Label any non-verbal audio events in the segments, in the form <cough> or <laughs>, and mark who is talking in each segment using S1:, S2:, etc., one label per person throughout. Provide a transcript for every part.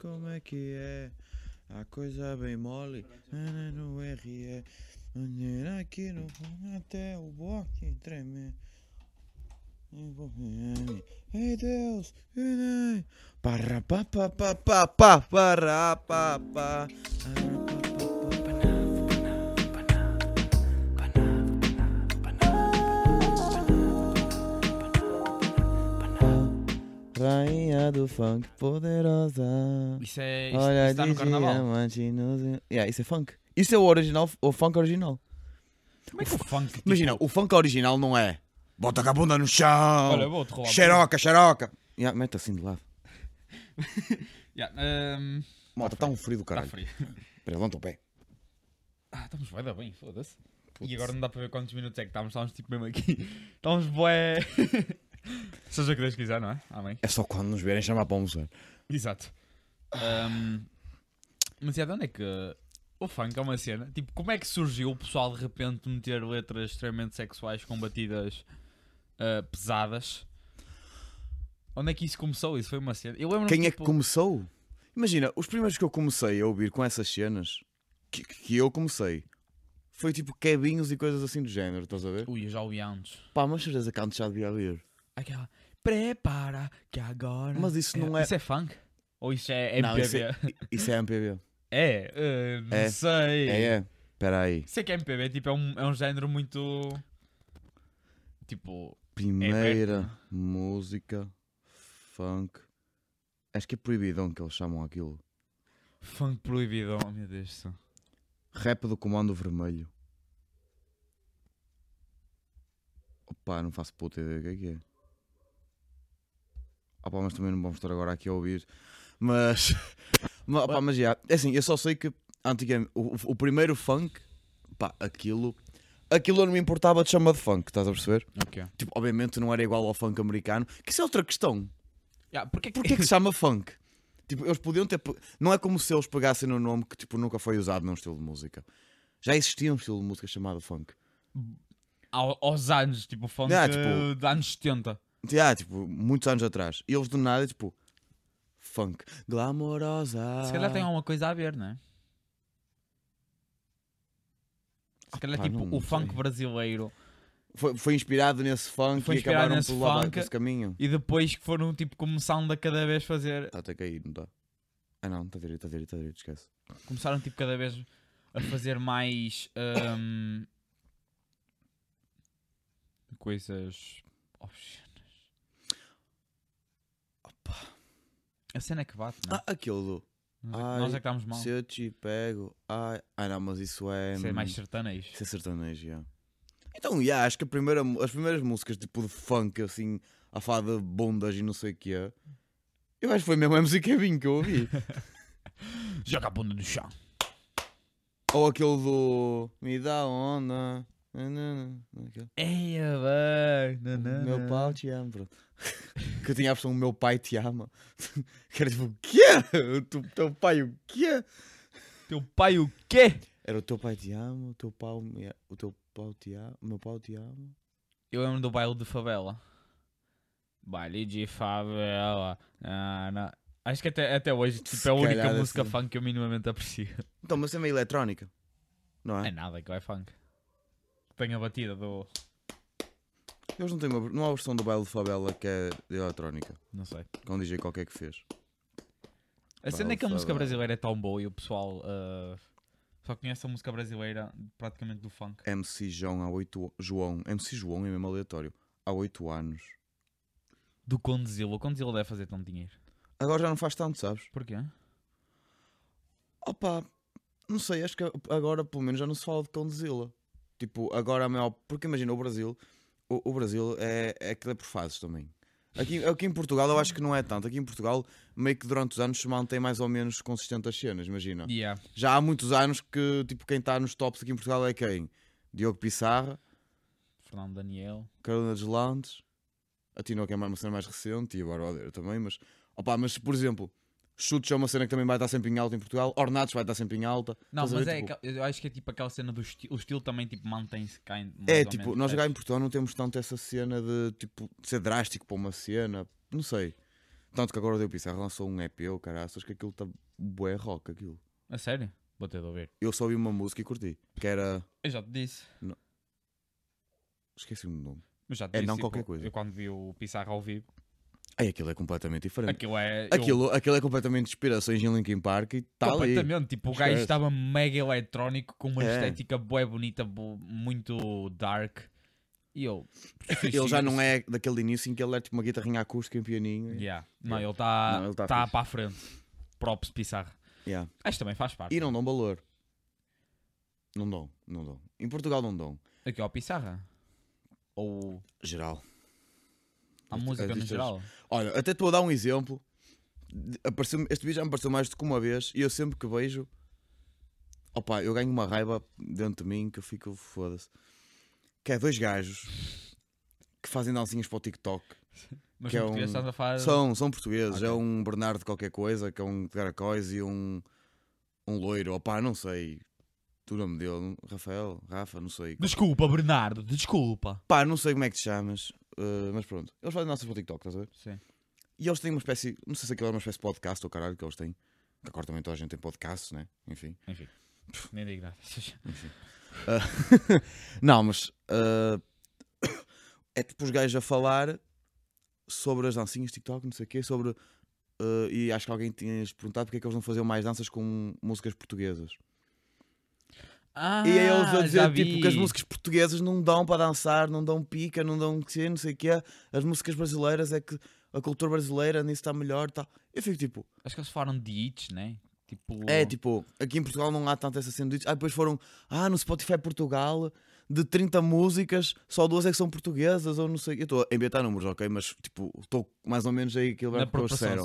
S1: como é que é. A coisa bem mole, Ana no RE. Maneira aqui no até o bloco tremer. Ei Deus, ei, para pa pa pa pa pa para pa pa. Rainha do funk poderosa.
S2: Isso é. Isto,
S1: Olha, é
S2: isto está no carnaval.
S1: diamante nos- Yeah, isso é funk. Isso é o original, o funk original.
S2: Como é que o funk.
S1: <laughs>
S2: tipo-
S1: Imagina, o funk original não é. Bota com a bunda no chão.
S2: Olha, vou-te roubar.
S1: Xeroca, xeroca. Yeah, mete assim de lado.
S2: Yeah, hum,
S1: Malta, está um frio do
S2: Está
S1: caralho.
S2: Tá frio.
S1: Espera, levanta o pé.
S2: Ah, estamos bué da bem, foda-se. E agora não dá para ver quantos minutos é que estamos, estamos tipo mesmo aqui. <laughs> Estamos bué. <laughs> Seja o que Deus quiser, não é? Amém.
S1: É só quando nos verem chamar para almoçar.
S2: Exato. Ahm, mas é de onde é que o funk é uma cena? Tipo, como é que surgiu o pessoal de repente meter letras extremamente sexuais com batidas ah, pesadas? Onde é que isso começou? Isso foi uma cena. Eu tipo lembro
S1: Quem é que começou? Imagina, os primeiros que eu comecei a ouvir com essas cenas, que, que eu comecei, foi tipo cabinhos e coisas assim do género, estás a ver?
S2: Ui, eu já ouvi há anos.
S1: Pá, mas certeza que um antes já devia haver.
S2: Aquela. Prepara que agora.
S1: Mas isso não é-
S2: Isso é funk? Ou isso é MPB?
S1: Não, isso é- Isso é MPB.
S2: É, eh, não
S1: É.
S2: sei.
S1: É, é. Espera aí.
S2: Sei que é MPB tipo, é, um, é um género muito. Tipo.
S1: Primeira música funk. Acho que é proibidão que eles chamam aquilo.
S2: Funk proibido, oh meu Deus. do céu.
S1: Rap do Comando Vermelho. Opa, não faço puta ideia o que é que é. Opa, mas também não vamos estar agora aqui a ouvir. Mas. <laughs> mas, opa, mas já. É assim, eu só sei que antigamente. O, o primeiro funk. Pá, aquilo. Aquilo eu não me importava de chamar de funk, estás a perceber?
S2: Ok.
S1: Tipo, obviamente não era igual ao funk americano. Que isso é outra questão.
S2: Yeah, porque é que.
S1: Porquê que se chama funk? Tipo, eles podiam ter. pe- Não é como se eles pegassem no nome que tipo, nunca foi usado num estilo de música. Já existia um estilo de música chamado funk.
S2: <laughs> Ao- aos anos, tipo, funk
S1: Yeah,
S2: eh,
S1: tipo-
S2: de anos 70.
S1: Já, tipo, muitos anos atrás. E eles do nada, tipo, funk. Glamorosa.
S2: Se calhar tem um- alguma coisa a ver, não é? Se calhar,
S1: Ah, pá,
S2: tipo,
S1: não
S2: o funk
S1: sei.
S2: brasileiro.
S1: Foi, foi inspirado nesse funk
S2: Foi
S1: e
S2: inspirado
S1: acabaram
S2: nesse
S1: por lá
S2: funk.
S1: por esse caminho.
S2: E depois que foram, tipo, começando a cada vez fazer.
S1: Está até caído, não está? Ah não, está direito, está direito, está direito, esquece.
S2: começaram tipo cada vez a fazer mais hum, ahm, coisas obscenas. A cena é que bate, não é?
S1: Ah, aquilo
S2: Nós é-
S1: ai,
S2: Nós é que estamos
S1: do.
S2: mal.
S1: Se eu te pego. Ai. Ah não, mas isso é.
S2: Isso é mais
S1: hum,
S2: sertanejo.
S1: Isso é sertanejo, já. Então, yeah, acho que a primeira, as primeiras músicas tipo de funk, assim, a falar de bundas e não sei o que é. Eu acho que foi mesmo MC Kevin que eu <laughs> ouvi.
S2: Joga a bunda no chão.
S1: Ou aquele do Me dá onda. na, na, na, aquele.
S2: Eia, bem. na, na,
S1: Meu
S2: na.
S1: pau te ama. pronto. <laughs> que eu tinha a versão Meu pai te ama. <laughs> que era tipo, o quê? O tu- teu pai o quê?
S2: Teu pai o quê?
S1: Era o teu pai te ama, o teu pau, me a- o teu pau te ama, o meu pau te ama.
S2: Eu lembro do baile de favela. Baile de favela. Ah, não. Acho que até, até hoje tipo,
S1: Se
S2: é a única
S1: calhar,
S2: música
S1: assim.
S2: funk que eu minimamente aprecio.
S1: Então, mas também eletrónica. Não
S2: É
S1: é?
S2: nada que vai funk. Tenho a batida do.
S1: Eles não têm uma, não há uma versão do baile de favela que é de eletrónica.
S2: Não sei.
S1: com um DJ qualquer que fez.
S2: A cena é que a
S1: Balsa
S2: música
S1: da-
S2: brasileira é tão boa e o pessoal ah, só conhece a música brasileira praticamente do funk.
S1: MC João há 8 João, MC João é mesmo aleatório. Há 8 anos.
S2: Do Condzilla. O Condzilla deve fazer tão dinheiro.
S1: Agora já não faz tanto, sabes?
S2: Porquê?
S1: Opa, não sei, acho que agora pelo menos já não se fala de conduzi-la. Tipo, agora a maior. Porque imagina, o Brasil. O, o Brasil é, é aquilo é por fases também. Aqui, aqui em Portugal eu acho que não é tanto. Aqui em Portugal, meio que durante os anos se mantém mais ou menos consistente as cenas, imagina.
S2: Yeah.
S1: Já há muitos anos que, tipo, quem está nos tops aqui em Portugal é quem? Diogo Pissarra,
S2: Fernando Daniel.
S1: Carolina dos Landes, a Tino que é uma cena mais recente e agora o Adeiro também, mas opá, mas por exemplo, chutes é uma cena que também vai estar sempre em alta em Portugal, Ornatos vai estar sempre em alta.
S2: Não,
S1: Estás a
S2: mas
S1: ver,
S2: é.
S1: tipo,
S2: aquela- Eu acho que é tipo aquela cena do estilo. O estilo também tipo mantém-se cá. em- mais
S1: é
S2: ou
S1: tipo,
S2: menos,
S1: nós
S2: percebes?
S1: já em Portugal não temos tanto essa cena de tipo de ser drástico para uma cena, não sei. Tanto que agora o Deu Pissarra lançou um EP, ou caraças, que aquilo está bué rock, aquilo.
S2: A sério? Vou ter de ouvir.
S1: Eu só ouvi uma música e curti, que era...
S2: Eu já te disse.
S1: Esqueci-me do nome.
S2: Eu já te
S1: É
S2: disse,
S1: não
S2: tipo,
S1: qualquer coisa.
S2: Eu quando vi o Pissarra ao vivo,
S1: Ai, aquilo é completamente diferente.
S2: aquilo é. eu-
S1: Aquilo, aquilo é completamente inspirações em Linkin Park e está Tá ali.
S2: Completamente, tipo, o gajo
S1: Esquece.
S2: estava mega eletrónico com uma
S1: É.
S2: estética bué bonita, bu- muito dark. E eu.
S1: <laughs> Ele já não é daquele início em que ele é tipo uma guitarrinha acústica e um pianinho.
S2: Yeah. Não, ele
S1: Não,
S2: está
S1: ele tá
S2: tá
S1: fixe.
S2: para a frente. Props Pissarra.
S1: Yeah.
S2: Acho que também faz parte.
S1: E não dão valor. Não dão, não dão. Em Portugal não dão.
S2: Aqui, ó, Pissarra. Ou
S1: Geral.
S2: a
S1: Arti-
S2: música no
S1: artistas-
S2: geral.
S1: Olha, até estou a dar um exemplo. De- apareceu-me- este vídeo já me apareceu mais do que uma vez e eu sempre que vejo. Opa, eu ganho uma raiva dentro de mim que eu fico foda-se. Que é dois gajos que fazem dancinhas para o TikTok.
S2: Mas
S1: que
S2: no
S1: é
S2: português
S1: um-
S2: estás a falar.
S1: São, são portugueses.
S2: Ok.
S1: É um Bernardo qualquer coisa, que é um de caracóis e um, um loiro. Opá, não sei. Tu nome dele, Rafael, Rafa, não sei.
S2: Desculpa, Bernardo, desculpa.
S1: Pá, não sei como é que te chamas, eh, mas pronto. Eles fazem nossas para o TikTok, estás a ver?
S2: Sim.
S1: E eles têm uma espécie, não sei se aquilo é uma espécie de podcast ou caralho que eles têm. Que agora também toda a gente tem podcasts, né? Enfim.
S2: Enfim. Nem digo nada.
S1: Não, mas ah, <coughs> é tipo os gajos a falar sobre as dancinhas TikTok, não sei o quê, sobre. ah, e acho que alguém tinha-lhes perguntado porque é que eles não faziam mais danças com músicas portuguesas.
S2: Ah,
S1: <laughs> e aí eles a
S2: já
S1: dizer tipo,
S2: vi.
S1: que as músicas portuguesas não dão para dançar, não dão pica, não dão quê, não sei o quê. As músicas brasileiras é que a cultura brasileira nisso está melhor. Tá. Eu fico tipo,
S2: Acho que eles falaram de hits, né? Tipo.
S1: É, tipo, aqui em Portugal não há tanta essa cena disso. Ah, depois foram, ah, no Spotify Portugal, de 30 músicas, só duas é que são portuguesas, ou não sei. Eu estou a inventar números, ok, mas tipo, estou mais ou menos aí aquilo
S2: Na
S1: que eles
S2: proporção,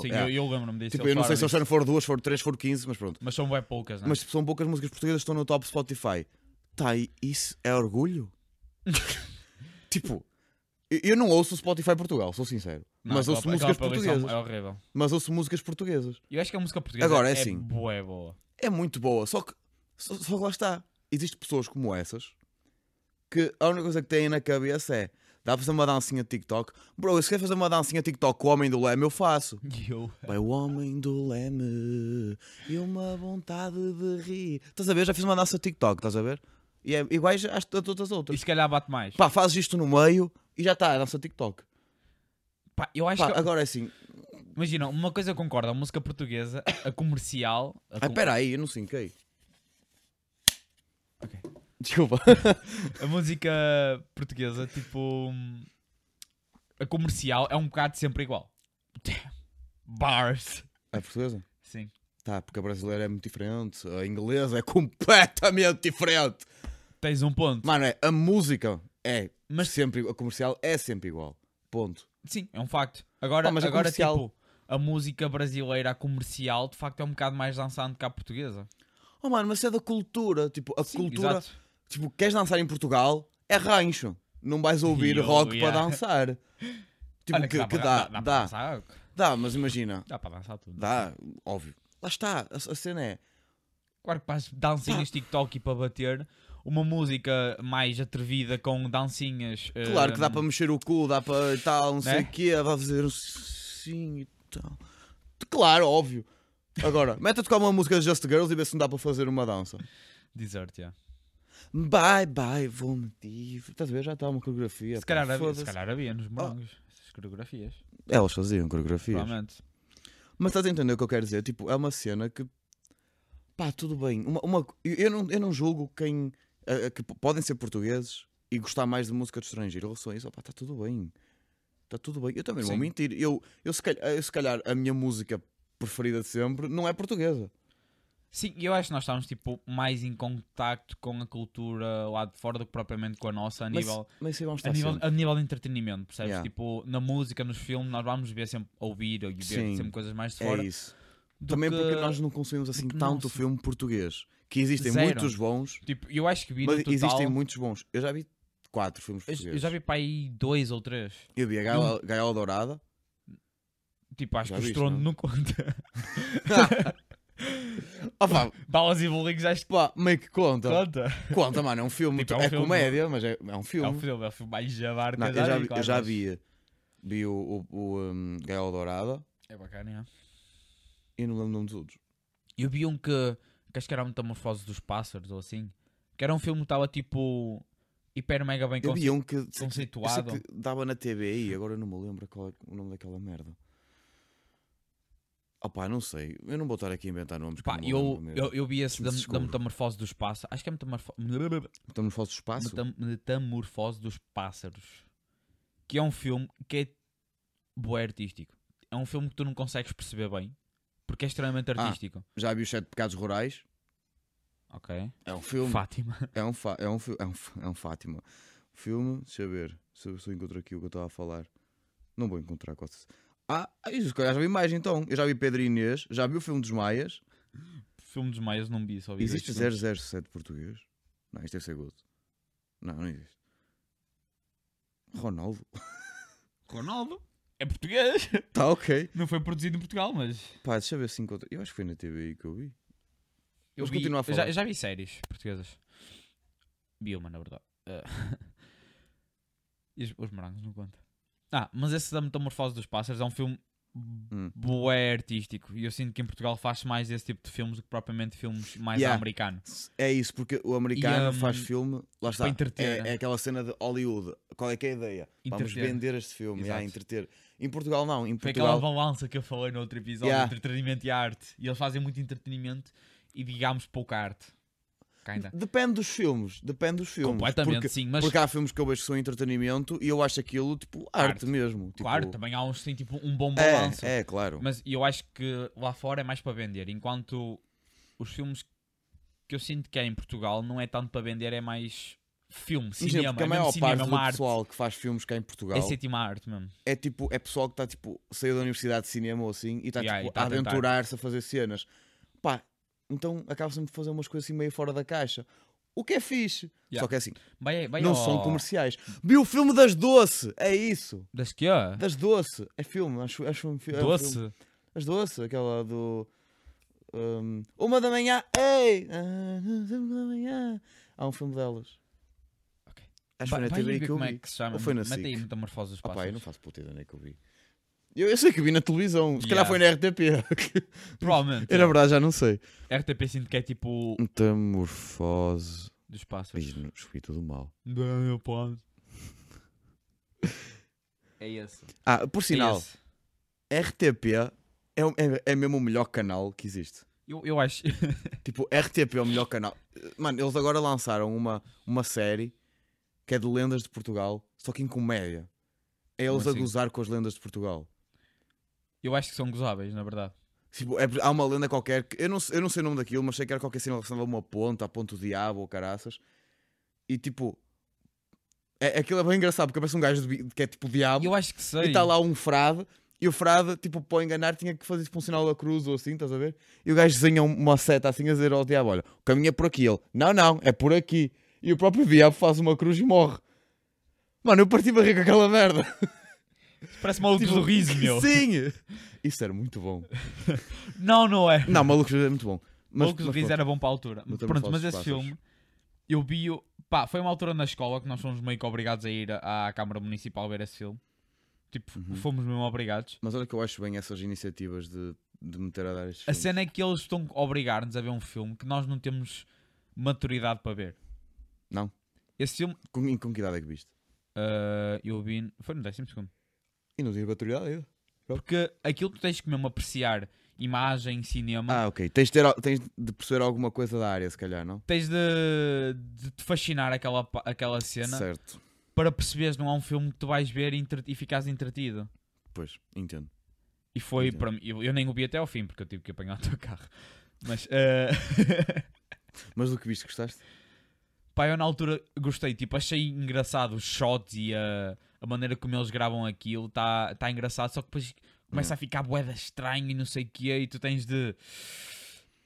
S1: disseram.
S2: sim,
S1: É.
S2: eu, eu lembro-me disso.
S1: Tipo,
S2: eles
S1: eu não sei se eles
S2: falaram
S1: disseram foram duas, foram três, foram 15, mas pronto.
S2: disso. Mas são bem poucas, né?
S1: Mas tipo, são poucas músicas portuguesas que estão no top Spotify. Tá, e isso é
S2: <laughs>
S1: orgulho? tipo, eu- eu não ouço Spotify Portugal, sou sincero.
S2: Não, é
S1: mas
S2: aquela-
S1: ouço
S2: aquela
S1: músicas
S2: publicação
S1: portuguesas.
S2: É horrível.
S1: Mas ouço músicas portuguesas.
S2: Eu acho que a música portuguesa
S1: Agora, é
S2: é,
S1: assim.
S2: bué boa.
S1: é muito boa, só que só, só que lá está. Existem pessoas como essas que a única coisa que têm na cabeça é dá para fazer uma dancinha de TikTok. Bro, se quer fazer uma dancinha de TikTok com o homem do leme, eu faço.
S2: <laughs> E eu.
S1: Vai o homem do leme e uma vontade de rir. Estás a ver? Já fiz uma dança de TikTok, estás a ver? E é iguais às a todas as
S2: E
S1: outras.
S2: se calhar bate mais.
S1: Pá, fazes isto no meio e já está a dança de TikTok.
S2: Pá, eu acho
S1: Pá,
S2: que.
S1: agora é assim.
S2: Imagina, uma coisa eu concordo, a música portuguesa, a comercial. A
S1: Ah,
S2: com-
S1: espera aí, eu não sinquei.
S2: Ok. <laughs>
S1: Desculpa.
S2: A música portuguesa, tipo. A comercial é um bocado sempre igual. Bars.
S1: É portuguesa?
S2: Sim.
S1: Tá, porque a brasileira é muito diferente, a inglesa é completamente diferente.
S2: Tens um ponto.
S1: Mano, é, a música é
S2: Mas-
S1: sempre a comercial é sempre igual. Ponto.
S2: Sim, é um facto. Agora,
S1: Pá, mas a
S2: agora
S1: comercial-
S2: tipo, a música brasileira, a comercial, de facto é um bocado mais dançante que a portuguesa.
S1: Oh mano, mas é da cultura, tipo, a
S2: Sim,
S1: cultura,
S2: exato.
S1: tipo, queres dançar em Portugal? É rancho. Não vais ouvir
S2: Yo,
S1: rock
S2: yeah.
S1: para
S2: <laughs>
S1: dançar. Tipo,
S2: Olha
S1: que, que
S2: pra-
S1: dá, dá,
S2: pra
S1: dá,
S2: dançar,
S1: mas imagina,
S2: dá para dançar tudo.
S1: dá, óbvio. Lá está, a, a cena é,
S2: Claro que para as dancinhas TikTok e para bater, uma música mais atrevida com dancinhas.
S1: claro que dá
S2: hum,
S1: para mexer o cu, dá para tal, não sei
S2: Né?
S1: o quê, vai fazer um sim e tal. Claro, óbvio. Agora, <laughs> mete a tocar uma música de Just Girls e vê se não dá para fazer uma dança.
S2: Desert, yeah.
S1: Bye, bye, vomitivo. Estás a ver? Já está uma coreografia.
S2: se,
S1: pá,
S2: calhar havia, se
S1: foda-se. Oh.
S2: calhar havia nos morangos essas coreografias.
S1: Elas faziam coreografias.
S2: Provavelmente.
S1: Mas estás a entender o que eu quero dizer? Tipo, é uma cena que. Pá, tudo bem. Uma, uma- eu- Eu, não, eu não julgo quem. eh, eh, que p- podem ser portugueses e gostar mais de música de estrangeiro. Em relação a isso, opá, está tudo bem. Está tudo bem. Eu também não vou
S2: Sim.
S1: mentir. Eu, eu, se calhar, eu, se calhar, a minha música preferida de sempre não é portuguesa.
S2: Sim, eu acho que nós estamos tipo, mais em contacto com a cultura lá de fora do que propriamente com a nossa, a
S1: Mas-
S2: nível,
S1: Mas aí vamos
S2: a
S1: estar
S2: nível,
S1: sempre.
S2: a nível de entretenimento, percebes?
S1: Yeah.
S2: Tipo, na música, nos filmes, nós vamos ver sempre, ouvir e ver
S1: Sim.
S2: sempre coisas mais de
S1: É
S2: fora.
S1: isso.
S2: do
S1: Também
S2: que-
S1: porque nós não consumimos assim
S2: que
S1: tanto
S2: nossa.
S1: filme português. Que existem
S2: Zero.
S1: muitos bons.
S2: Tipo, eu acho que vi
S1: Mas
S2: no total...
S1: existem muitos bons. Eu já vi quatro filmes
S2: eu-
S1: portugueses.
S2: Eu já um. vi para aí dois ou três.
S1: Eu vi a Gaiola, Gaiola Dourada.
S2: Tipo, acho
S1: Já
S2: que o
S1: viste,
S2: estrondo
S1: não?
S2: não conta. <laughs>
S1: Opa,
S2: Balas e bolinhos, acho que
S1: pá, meio que conta.
S2: conta.
S1: Conta, mano, é um filme.
S2: Tipo, é um
S1: é
S2: filme,
S1: comédia, mas é, é um
S2: É
S1: filme.
S2: o filme, é o filme mais jabar que
S1: Não, eu, já vi, eu
S2: claro,
S1: já
S2: mas-
S1: vi, vi o, o, o, hum, Gaiola um, Dourada.
S2: É É bacana, é?
S1: Eu não lembro o nome dos outros.
S2: Eu vi um que, que acho que era a metamorfose dos pássaros ou assim. Que era um filme que estava tipo hiper mega bem
S1: Eu
S2: conce-
S1: vi um que, eu sei
S2: conceituado.
S1: que dava na TV e agora eu não me lembro qual é o nome daquela merda. Ah pá, não sei. Eu não vou estar aqui a inventar nomes. que
S2: Pá,
S1: não me
S2: eu,
S1: lembro mesmo.
S2: eu, eu vi esse
S1: Me
S2: da, da
S1: descubro.
S2: metamorfose dos pássaros. Acho que é metamorfo...
S1: Estamos no falso espaço?
S2: metam- metamorfose dos pássaros. Que é um filme que é boé artístico. É um filme que tu não consegues perceber bem. Porque é extremamente
S1: Ah.
S2: artístico.
S1: Já vi os Sete Pecados Rurais?
S2: Ok.
S1: É um filme.
S2: Fátima.
S1: É um, fa- é um, fi- é um, fa- é um Fátima. Filme, deixa eu ver se eu, se eu encontro aqui o que eu estava a falar. Não vou encontrar com certeza. Ah, isso, se calhar já vi mais então. Eu já vi Pedro e Inês, já vi o filme dos Maias.
S2: filme dos Maias não vi, só vi.
S1: Existe
S2: dois filmes.
S1: 007 português? Não, isto deve ser gozo. Não, não existe. Ronaldo? <laughs>
S2: Ronaldo. É português. <laughs>
S1: Tá ok.
S2: Não foi produzido em Portugal, mas.
S1: Pá, deixa eu ver se encontro. Eu acho que foi na TVI que eu vi.
S2: Eu
S1: Mas
S2: vi,
S1: continua a
S2: eu já,
S1: falar.
S2: eu já vi séries portuguesas. Vi uma, na verdade. Ah. <laughs> E os, os morangos não conta. Ah, mas esse da Metamorfose dos Pássaros é um filme
S1: Hum.
S2: boé artístico. E eu sinto que em Portugal faz mais esse tipo de filmes do que propriamente filmes mais
S1: Yeah.
S2: americano.
S1: É isso, porque o americano
S2: E, um,
S1: faz filme, lá está,
S2: para entreter,
S1: é,
S2: né?
S1: é aquela cena de Hollywood. Qual é que é a ideia? Vamos
S2: Entreter.
S1: vender este filme,
S2: Exato.
S1: yeah, entreter. Em Portugal não, em
S2: Foi aquela
S1: Portugal
S2: balança que eu falei no outro episódio,
S1: Yeah.
S2: entretenimento e arte. E eles fazem muito entretenimento e digamos pouca arte. Kinda.
S1: depende dos filmes, depende dos filmes.
S2: Completamente,
S1: porque,
S2: sim, mas
S1: porque há filmes que eu vejo que são entretenimento e eu acho aquilo tipo arte,
S2: Arte.
S1: mesmo. Tipo,
S2: claro, também há uns que têm tipo um bom balanço.
S1: é, é, claro.
S2: Mas eu acho que lá fora é mais para vender, enquanto os filmes que eu sinto que é em Portugal não é tanto para vender, é mais filme,
S1: Imagina,
S2: cinema,
S1: porque
S2: é
S1: a
S2: mesmo
S1: maior
S2: cinema,
S1: parte
S2: é
S1: do
S2: uma arte.
S1: pessoal que faz filmes cá em Portugal
S2: É cinema arte mesmo.
S1: é tipo, é pessoal que está tipo, saiu da universidade de cinema ou assim e está
S2: Yeah,
S1: tipo,
S2: e tá
S1: a
S2: a tentar.
S1: aventurar-se a fazer cenas. Pá, então acaba sempre de fazer umas coisas assim meio fora da caixa. O que é fixe.
S2: Yeah.
S1: Só que é assim,
S2: Vai, vai
S1: não
S2: ao- Hum.
S1: são comerciais. Vi o filme das Doce, é isso.
S2: Das que é?
S1: Das Doce, é filme, acho, acho um fi- é um filme.
S2: Doce.
S1: As Doce, aquela do. hum, uma da manhã, ei! Ah, uma da manhã. Há um filme delas. Acho
S2: Ok.
S1: que
S2: Vai-
S1: foi na
S2: vai
S1: TV
S2: ver
S1: que eu
S2: como
S1: vi.
S2: é que se chama.
S1: Ou foi na
S2: Mete aí
S1: SIC?
S2: Metamorfose dos
S1: Ah pá, eu não
S2: Pássaros.
S1: faço puta ideia nem que eu vi. Eu, eu sei que vi na televisão, se calhar
S2: Yeah.
S1: foi na <laughs> RTP.
S2: Provavelmente. é.
S1: eu na verdade já não sei. Um
S2: RTP sinto que é tipo
S1: Metamorfose.
S2: dos pássaros.
S1: Ai, não, escrevi tudo mal.
S2: Não, meu pode. É esse.
S1: Ah, por
S2: É
S1: sinal,
S2: esse.
S1: RTP é, o- é, é mesmo o melhor canal que existe.
S2: Eu, eu acho. <laughs>
S1: Tipo, RTP é o melhor canal. Mano, eles agora lançaram uma, uma série que é de lendas de Portugal, só que em comédia. É eles
S2: Como assim?
S1: a gozar com as lendas de Portugal.
S2: Eu acho que são gozáveis, na verdade.
S1: Tipo, é- há uma lenda qualquer que eu não, sei- eu não sei o nome daquilo, mas sei que era qualquer cena relacionada a uma ponta, a ponto diabo ou caraças. E tipo, é, aquilo é bem engraçado porque parece um gajo de bi- que é tipo diabo
S2: Eu acho que sei.
S1: e está lá um frade. E o frade, tipo, para o enganar, tinha que fazer tipo um sinal da cruz ou assim, estás a ver? E o gajo desenha uma seta assim a dizer ao diabo: Olha, o caminho é por aqui. Ele: Não, não, é por aqui. E o próprio diabo faz uma cruz e morre. Mano, eu parti barriga com aquela merda.
S2: Parece maluco
S1: Tipo,
S2: do riso, Um
S1: <laughs>
S2: meu.
S1: Sim! Isso era muito bom.
S2: Não, não é.
S1: Não, maluco, é muito bom. Mas,
S2: Maluco do
S1: mas
S2: riso
S1: pronto.
S2: era bom para a altura.
S1: Mas também
S2: Pronto,
S1: falo
S2: mas
S1: dos
S2: esse
S1: pássaros.
S2: filme eu vi. o- Pá, foi uma altura na escola que nós fomos meio que obrigados a ir à à Câmara Municipal ver esse filme. Tipo,
S1: Uhum.
S2: fomos mesmo obrigados.
S1: Mas olha que eu acho bem essas iniciativas de, de meter a dar estes
S2: A
S1: filmes.
S2: cena é que eles estão a obrigar-nos a ver um filme que nós não temos maturidade para ver.
S1: Não.
S2: Esse filme
S1: Com, em- com que idade é que viste?
S2: ah, eu vi. Foi no décimo segundo.
S1: E não tinha maturidade ainda.
S2: Porque aquilo que tens que mesmo apreciar imagem, cinema,
S1: Ah, ok. Tens de, ter, al- tens de perceber alguma coisa da área, se calhar, não?
S2: tens de, de te fascinar aquela, pa- aquela cena
S1: Certo.
S2: para perceberes não há um filme que tu vais ver e, entre- e ficares entretido.
S1: Pois, entendo.
S2: E foi
S1: Entendo.
S2: para mim. Eu, eu nem o vi até ao fim porque eu tive que apanhar o teu carro. Mas eh, <laughs>
S1: Mas do que viste, gostaste?
S2: pá, eu na altura gostei, tipo, achei engraçado os shots e a, a maneira como eles gravam aquilo, está tá engraçado, só que depois começa a ficar boeda estranho e não sei o que e tu tens de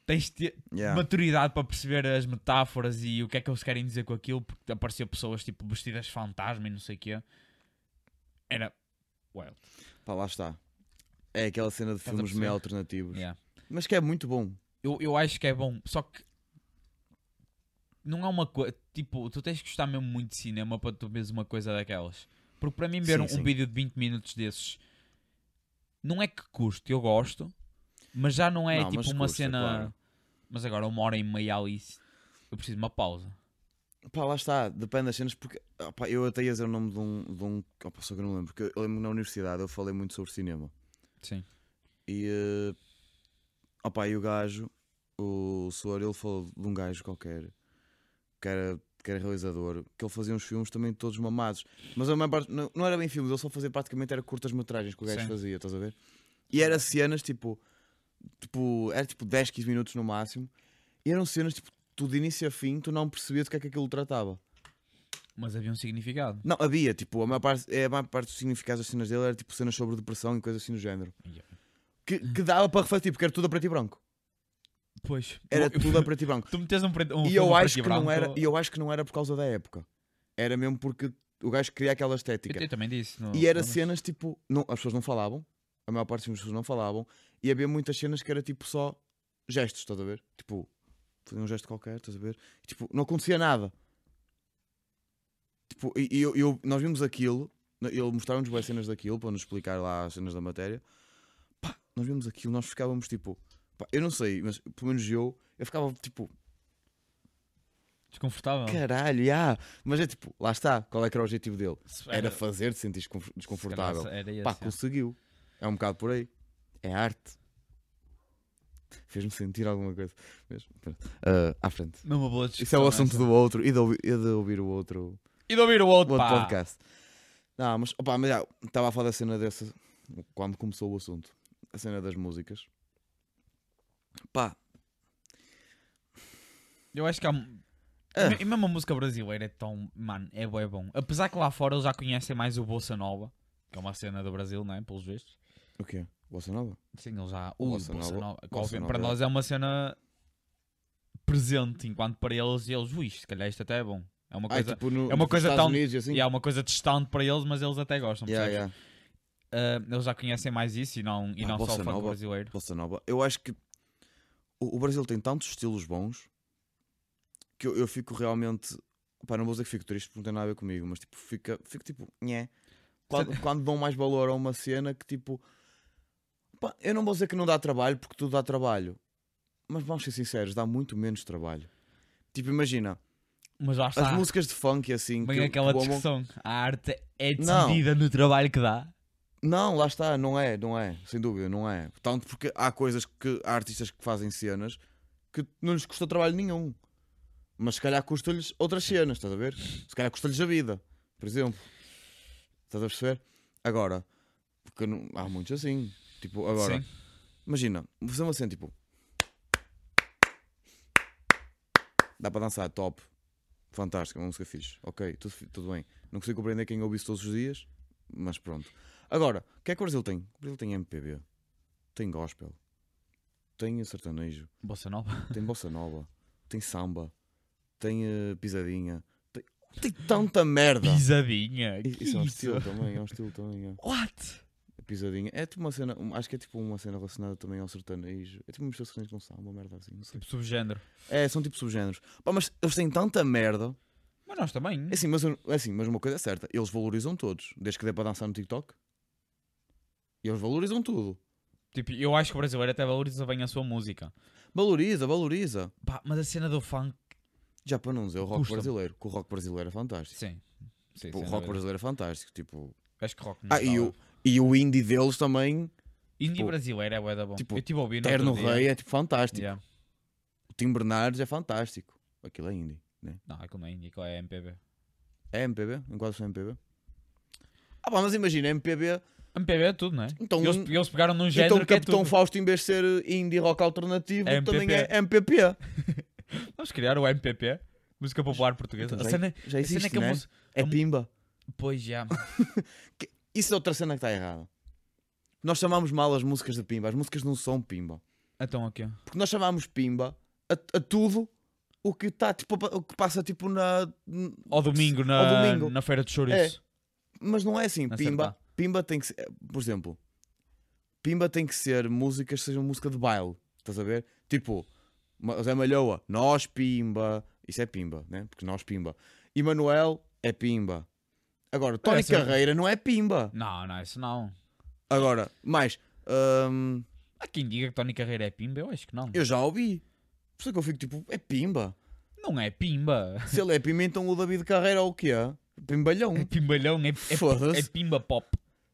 S2: tens de ter-
S1: Yeah.
S2: maturidade para perceber as metáforas e o que é que eles querem dizer com aquilo, porque apareciam pessoas tipo vestidas de fantasma e não sei o quê. Era wild.
S1: Pá, lá está. É aquela cena de
S2: Estás a
S1: filmes meio
S2: perceber?
S1: alternativos.
S2: Yeah.
S1: Mas que é muito bom.
S2: Eu, eu acho que é bom, só que não é uma coisa. Tipo, tu tens que gostar mesmo muito de cinema para tu veres uma coisa daquelas. Porque para mim, ver
S1: Sim,
S2: um, um
S1: sim.
S2: vídeo de 20 minutos desses Não é que custe, eu gosto, mas já não é
S1: Não,
S2: tipo
S1: mas
S2: uma
S1: custa,
S2: cena.
S1: claro.
S2: Mas agora uma hora e meia ali, isso- eu preciso de uma pausa.
S1: Pá, lá está, depende das cenas, porque ah, pá, eu até ia dizer o nome de um. De um ah, pá, só que eu não lembro, porque eu lembro que na universidade eu falei muito sobre cinema.
S2: Sim.
S1: E. Uh, opa, e o gajo, o Soar, ele falou de um gajo qualquer que era, que era realizador, que ele fazia uns filmes também todos mamados. Mas a maior parte, não, não era bem filmes, ele só fazia praticamente era curtas-metragens que o gajo
S2: Sim.
S1: fazia, estás a ver? E era cenas tipo. tipo era tipo 10, 15 minutos no máximo. E eram cenas tipo. Tu de início a fim, tu não percebias do que é que aquilo tratava.
S2: Mas havia um significado.
S1: Não, havia, tipo, a maior parte, a maior parte dos significados das cenas dele era tipo cenas sobre depressão e coisas assim do género.
S2: Yeah.
S1: Que, que dava para refletir, porque era tudo a preto e branco.
S2: Pois.
S1: Era
S2: Eu-
S1: tudo a preto e branco.
S2: <laughs> Tu metes um preto um
S1: e
S2: filme
S1: eu
S2: preto
S1: acho que
S2: branco,
S1: não era, e eu acho que não era por causa da época. Era mesmo porque o gajo queria aquela
S2: Eu,
S1: estética.
S2: eu também disse. é no-
S1: E era
S2: no-
S1: cenas tipo, não, as pessoas não falavam, a maior parte das pessoas não falavam, e havia muitas cenas que era tipo só gestos, estás a ver? Tipo, fazia um gesto qualquer, estás a ver? E, tipo, não acontecia nada. Tipo, e, e eu, eu- nós vimos aquilo, n- ele mostraram-nos boas cenas daquilo para nos explicar lá as cenas da matéria. Pá, nós vimos aquilo, nós ficávamos tipo, pá, eu não sei, mas pelo menos eu, eu ficava tipo,
S2: Desconfortável.
S1: Caralho, yeah. mas é tipo, lá está, qual é que era o objetivo dele?
S2: Se-
S1: Era fazer-te sentir desconf- desconfortável.
S2: se calhar Era esse,
S1: Pá,
S2: é.
S1: conseguiu. É um bocado por aí. É arte. Fez-me sentir alguma coisa. Mesmo. Pronto. Ah, à frente.
S2: Não, uma boa
S1: Isso é o
S2: discussão
S1: assunto
S2: essa.
S1: do outro e de ouvir, e de ouvir o outro,
S2: E de ouvir o
S1: o
S2: outro,
S1: outro
S2: pá.
S1: podcast. Não, mas opa, mas já, estava a falar da cena dessa quando começou o assunto. A cena das músicas. Pá,
S2: Eu acho que há. um-
S1: Ah.
S2: E mesmo a música brasileira é tão. Mano, é bué bom. Apesar que lá fora eles já conhecem mais o Bossa Nova, que é uma cena do Brasil, não é? Pelos vistos.
S1: o quê? Bossa Nova?
S2: Sim, eles já. Ui,
S1: Bossa
S2: Bossa, Nova.
S1: Nova-
S2: que
S1: Bossa
S2: obvi-
S1: Nova
S2: para
S1: é-
S2: nós é uma cena presente, enquanto para eles, eles, ui, se calhar isto até é bom. É uma
S1: Ah,
S2: coisa.
S1: tipo no,
S2: é uma
S1: nos
S2: coisa
S1: Estados
S2: tão-
S1: Unidos, e assim?
S2: E há uma coisa distante para eles, mas eles até gostam.
S1: Yeah,
S2: percebes?
S1: yeah.
S2: Ah, eles já conhecem mais isso e não, e
S1: Ah,
S2: não só o
S1: Bossa
S2: funk
S1: Nova.
S2: brasileiro.
S1: Bossa Nova. Eu acho que o, o Brasil tem tantos estilos bons que eu, eu fico realmente. Pá, não vou dizer que fico triste porque não tem nada a ver comigo, mas tipo, fica, fico tipo, nhé.
S2: Tá.
S1: Quando, quando dão mais valor a uma cena que tipo. pá, eu não vou dizer que não dá trabalho porque tudo dá trabalho, mas vamos ser sinceros, dá muito menos trabalho. Tipo, imagina,
S2: Mas lá
S1: as
S2: está.
S1: músicas de funk e assim.
S2: Bem
S1: que-
S2: aquela
S1: que o homo-
S2: discussão. A arte é
S1: Não.
S2: decidida no trabalho que dá.
S1: Não, lá está, não é, não é, sem dúvida, não é. Tanto porque há coisas que há artistas que fazem cenas que não lhes custa trabalho nenhum, mas se calhar custa-lhes outras cenas, estás a ver? Se calhar custa-lhes a vida, por exemplo. Estás a perceber? Agora, porque não- há muitos assim, tipo, agora,
S2: Sim.
S1: imagina, fazer uma cena tipo. Dá para dançar, top, fantástico, é uma música fixe, ok, tudo, fi- tudo bem. Não consigo compreender quem ouve isso todos os dias, mas pronto. Agora, o que é que o Brasil tem? O Brasil tem MPB, tem gospel, tem sertanejo,
S2: Bossa Nova.
S1: tem bossa nova, tem samba, tem eh, pisadinha, tem, tem tanta merda.
S2: Pisadinha.
S1: I-
S2: que
S1: Isso é um
S2: isso?
S1: estilo também, é um estilo também. é.
S2: What?
S1: A pisadinha é tipo uma cena, um- acho que é tipo uma cena relacionada também ao sertanejo. É tipo uma mistura de sertanejo com samba, uma merda assim, não sei.
S2: Tipo subgénero.
S1: É, são tipo subgéneros. Pá, mas eles têm tanta merda.
S2: Mas nós também.
S1: É assim, mas, eu- é assim, mas uma coisa é certa, eles valorizam todos, desde que dê para dançar no TikTok. Eles valorizam tudo.
S2: Tipo, eu acho que o brasileiro até valoriza bem a sua música.
S1: Valoriza, valoriza.
S2: Pá, mas a cena do funk.
S1: Já para não dizer o rock
S2: Custa-me.
S1: brasileiro, que o rock brasileiro é fantástico.
S2: Sim. Sim,
S1: Tipo, o rock
S2: sem dúvida.
S1: brasileiro é fantástico, tipo,
S2: Acho que rock não
S1: Ah, e
S2: estava.
S1: o, e o indie deles também,
S2: Indie
S1: tipo,
S2: brasileiro é bué da bom.
S1: tipo,
S2: eu tive a ouvir no
S1: Terno
S2: outro dia.
S1: Rei, é tipo fantástico.
S2: Yeah.
S1: O Tim Bernardes é fantástico. Aquilo é indie, né?
S2: Não, aquilo não é indie, aquilo é MPB.
S1: É MPB? Enquadra-se no MPB? Ah pá, mas imagina, MPB,
S2: MPB é tudo, não é?
S1: Então-
S2: eles, eles pegaram num género
S1: então
S2: que é
S1: Capitão
S2: tudo.
S1: Fausto em vez de ser indie rock alternativo,
S2: É
S1: também
S2: MPP.
S1: é MPP.
S2: Vamos criar o MPP. Música Popular Portuguesa.
S1: Então
S2: a
S1: já-
S2: cena,
S1: Já
S2: a cena é
S1: existe,
S2: que a
S1: né?
S2: música.
S1: É pimba.
S2: Pois já.
S1: Isso é outra cena que está errada. Nós chamamos mal as músicas de pimba, as músicas não são pimba.
S2: Então aqui. ó.
S1: Porque nós chamamos pimba a, a tudo o que está, tipo, o que passa tipo na...
S2: Ao domingo na,
S1: Ao domingo.
S2: na feira de chouriço.
S1: Mas não é assim,
S2: Não
S1: Pimba.
S2: acertar.
S1: Pimba tem que ser, por exemplo, Pimba tem que ser músicas que sejam música de baile, estás a ver? Tipo, Ma- Zé Malhoa, nós Pimba, isso é Pimba, né? Porque nós Pimba. Emanuel é Pimba. Agora, Tony
S2: Essa-
S1: Carreira não é Pimba.
S2: Não, não, isso não.
S1: Agora, mais Ahm,
S2: Há quem diga que Tony Carreira é pimba, eu acho que não.
S1: eu já ouvi. Por isso é que eu fico tipo, é pimba.
S2: Não
S1: <laughs>
S2: é pimba.
S1: Se ele é pimba, então o David Carreira é o que é? Pimbalhão.
S2: É pimbalhão, é, é,
S1: Foda-se.
S2: é pimba pop.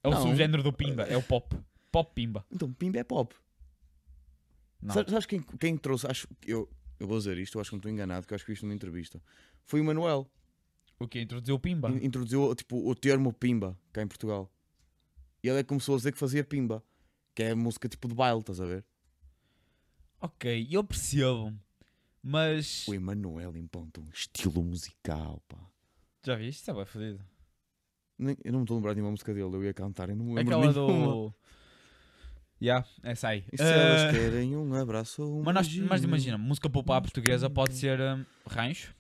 S2: É o
S1: Não.
S2: subgénero do pimba, é o pop. Pop pimba.
S1: Então, pimba é pop.
S2: Não.
S1: Sabes, sabes quem, quem trouxe? Acho, eu, eu vou dizer isto, eu acho que não estou enganado, que eu acho que vi isto numa entrevista. Foi o Manuel.
S2: O que introduziu o pimba?
S1: In- Introduziu tipo, o termo pimba cá em Portugal. E ele é que começou a dizer que fazia pimba, que é música tipo de baile, estás a ver?
S2: Ok, eu percebo. Mas.
S1: O Emanuel implanta um estilo musical, pá.
S2: Já viste? Isso é bem fodido.
S1: Nem- Eu não me estou a lembrar de nenhuma música dele, eu ia cantar e não me lembro
S2: Aquela
S1: nenhuma. é
S2: do. Ya, essa aí.
S1: E se
S2: Ah,
S1: elas querem um abraço ou um
S2: mas, nós,
S1: beijinho?
S2: mas imagina, música popular portuguesa pode ser hum, rancho.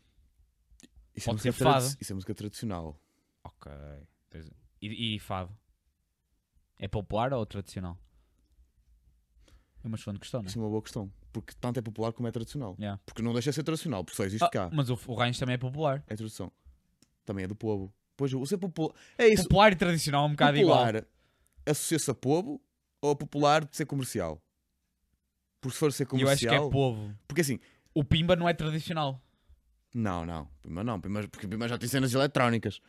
S1: isso é,
S2: pode
S1: música
S2: ser fado.
S1: tradi- isso é música tradicional.
S2: Ok. Pois é. E, e fado? É popular ou tradicional? É uma excelente questão, não é?
S1: Isso é uma boa questão. Porque tanto é popular como é tradicional.
S2: Yeah.
S1: Porque não deixa de ser tradicional, porque só existe
S2: Ah,
S1: cá.
S2: mas o, o rancho também é popular.
S1: É tradução. Também é do povo. Pois o ser popular. É isso.
S2: Popular e tradicional é um bocado igual.
S1: popular associa-se a povo ou a popular de ser comercial? Porque se for ser
S2: E eu acho que
S1: comercial.
S2: é povo.
S1: Porque assim.
S2: O Pimba não é tradicional.
S1: Não, não. Pima não. Pima, porque Pima já tem cenas eletrónicas.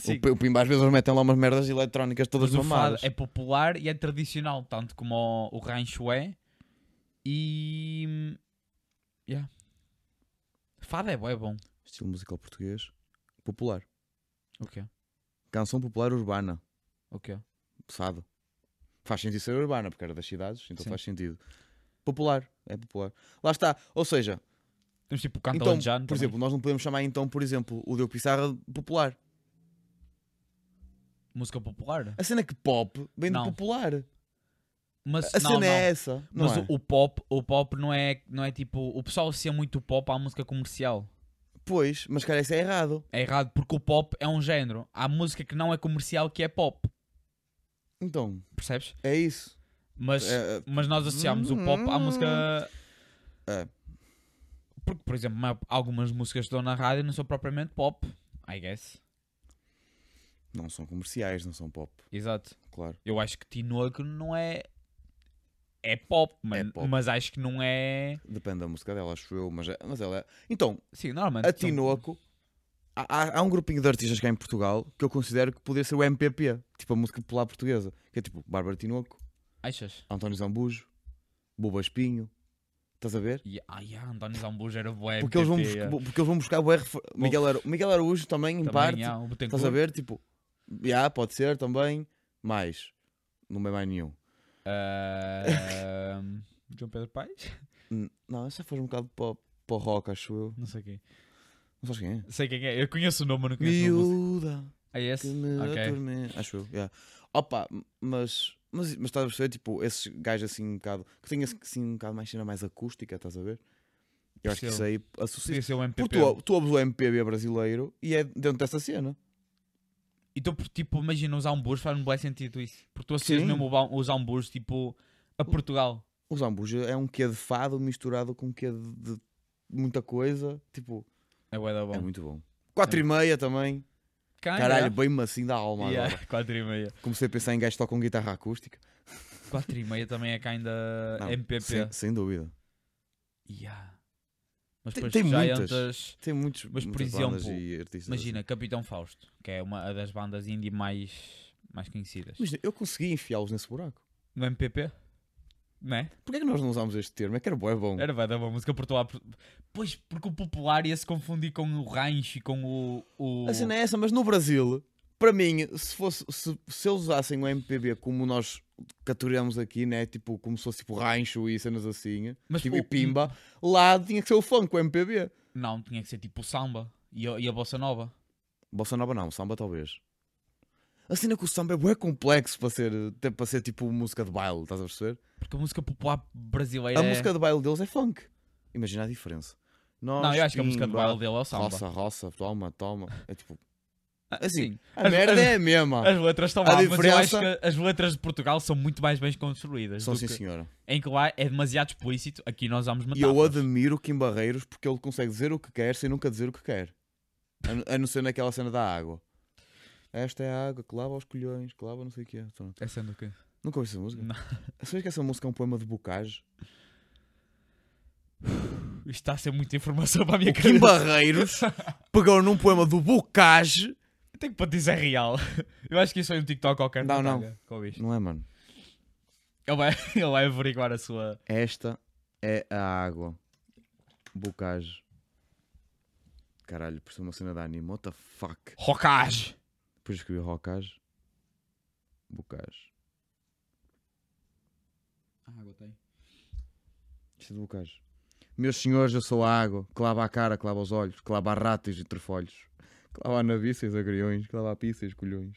S2: Sim.
S1: O, P- o Pimba às vezes eles metem lá umas merdas eletrónicas todas
S2: Mas o fado
S1: mamadas.
S2: é popular e é tradicional, tanto como o, o rancho é. E. Yeah. Fado é bom, é bom.
S1: Estilo musical português. Popular.
S2: O quê?
S1: Canção popular urbana.
S2: O quê?
S1: Fado. Faz sentido ser urbana, porque era das cidades, então
S2: Sim.
S1: faz sentido. Popular. É popular. Lá está. Ou seja,
S2: Temos tipo canto
S1: Então,
S2: alentejano
S1: por
S2: também.
S1: exemplo, nós não podemos chamar então, por exemplo, o Diogo Pissarra de popular.
S2: Música popular.
S1: A cena é que pop vem
S2: Não.
S1: de popular.
S2: Mas,
S1: A
S2: não,
S1: cena
S2: não.
S1: é essa, não
S2: Mas
S1: é?
S2: o, o pop, o pop não é, não é tipo. O pessoal associa muito o pop à música comercial.
S1: Pois, mas cara, isso é errado.
S2: É errado, porque o pop é um género. Há música que não é comercial que é pop.
S1: Então,
S2: Percebes?
S1: é isso.
S2: Mas,
S1: É, é,
S2: mas nós associámos o pop à música.
S1: É.
S2: Porque, por exemplo, ma- algumas músicas que dão na rádio não são propriamente pop, I guess.
S1: Não são comerciais, não são pop,
S2: Exato.
S1: claro.
S2: Eu acho que Tinoco não é. É pop, mas,
S1: É pop.
S2: mas acho que não é.
S1: Depende da música dela, acho eu, mas, é- mas ela é. Então,
S2: Sim, normalmente.
S1: a
S2: são-
S1: Tinoco. há- Há, há um grupinho de artistas cá em Portugal que eu considero que poderia ser o MPP, tipo a música popular portuguesa, que é tipo Bárbara Tinoco,
S2: Achas?
S1: António Zambujo, Buba Espinho, estás a ver?
S2: Ya- Ah, yeah, António Zambujo era boé.
S1: porque, eles vão buscar, porque eles vão buscar o R. Miguel, Aru- Miguel Araújo
S2: ah.
S1: também, em parte.
S2: um
S1: Estás a ver? Tipo, já, pode ser também, mas não vem mais nenhum.
S2: Ah, <laughs> João Pedro Paes?
S1: N- Não, essa foi um bocado para, para o rock, acho eu.
S2: Não sei quem.
S1: Não sabes quem é?
S2: Sei quem é. Eu conheço o nome, mas não conheço o música.
S1: Miúda,
S2: É esse?
S1: que me
S2: Ok.
S1: atormenta. Acho eu, yeah. Opa, mas, mas, mas estás a perceber? Tipo, esses gajos assim um bocado, que têm assim um bocado mais cena mais acústica, estás a ver? Eu acho que isso
S2: Percebo.
S1: aí associa
S2: Podia ser o MPP.
S1: Porque tu, tu ouves o MPB brasileiro e é dentro dessa cena.
S2: Então, por- tipo, imagina os hambúrgueres faz-me bom sentido isso. Porque tu associas
S1: Sim.
S2: mesmo o ba- os hambúrgueres, tipo, a Portugal.
S1: O Zambuja é um quê de fado misturado com um quê de, de muita coisa. Tipo,
S2: É bué da bom.
S1: é muito bom. 4 e meia também.
S2: Cá,
S1: Caralho,
S2: já.
S1: bem macio da alma
S2: Yeah,
S1: agora.
S2: <laughs> quatro e meia.
S1: Comecei a pensar em gajos que tocam guitarra acústica.
S2: Quatro e meia também é cá ainda
S1: Não,
S2: MPP.
S1: Sem, sem dúvida.
S2: Yeah. Mas
S1: Tem-
S2: depois
S1: tem
S2: tu já
S1: muitas.
S2: entras-
S1: Tem muitos,
S2: Mas, por
S1: muitas bandas
S2: exemplo,
S1: e artistas. assim.
S2: Imagina, Capitão Fausto, que é uma das bandas indie mais, mais conhecidas.
S1: assim. Imagina, eu consegui enfiá-los nesse buraco.
S2: No MPP? Não é?
S1: Porquê é que nós não usámos este termo? É que era bué bom.
S2: Era bué da bom, música portuguesa. Pois, porque o popular ia se confundir com o rancho e com o... o...
S1: A cena é essa, mas no Brasil, para mim, se, fosse, se, se eles usassem o MPB como nós categoriamos aqui, né? Tipo, como se fosse tipo rancho e cenas assim,
S2: Mas
S1: tipo,
S2: o-
S1: e pimba, lá tinha que ser o funk, o MPB.
S2: Não, tinha que ser tipo o samba e a, e a bossa nova.
S1: Bossa nova não, samba talvez. A cena com o samba é bué complexo para ser, até para ser tipo música de baile, estás a perceber?
S2: Porque a música popular brasileira
S1: A
S2: é...
S1: música de baile deles é funk. Imagina a diferença. Nós,
S2: Não, eu acho que a música de
S1: pimba,
S2: baile dele é o samba.
S1: Roça, roça, toma, toma. É tipo,
S2: Ah,
S1: assim,
S2: sim.
S1: a
S2: As-
S1: merda
S2: as-
S1: é a mesma.
S2: As letras estão
S1: A
S2: lá, mas eu acho
S1: diferença-
S2: que as letras de Portugal são muito mais bem construídas.
S1: São
S2: do
S1: sim,
S2: que-
S1: senhora.
S2: Em que lá é demasiado explícito, aqui nós vamos matar.
S1: E eu admiro Kim Barreiros porque ele consegue dizer o que quer sem nunca dizer o que quer. A n- A, não ser naquela cena da água. Esta é a água que lava aos colhões, que lava não sei o quê. Pronto.
S2: É sendo o quê?
S1: Nunca ouvi essa música?
S2: Não.
S1: <laughs> Sabes que essa música é um poema de Bocage?
S2: Isto está a ser muita informação para a minha
S1: O Kim
S2: cabeça.
S1: Barreiros pegou num poema do Bocage.
S2: Eu tenho que para dizer real. <laughs> Eu acho que isso foi um TikTok qualquer.
S1: Não, não.
S2: Natália, Com isto.
S1: Não é, mano?
S2: Ele vai, <laughs> ele vai averiguar a sua.
S1: Esta é a água. Bocage. Caralho, por ser uma cena de anime. What the fuck?
S2: Rocage!
S1: Depois escrevi Rocage. Bocage.
S2: água tem.
S1: Isto é de Bocage. Meus senhores, eu sou a água. Que lava a cara, que lava os olhos, que lava a ratos e trefolhos. Que lava a navícias, agriões, que lava a píceis, colhões.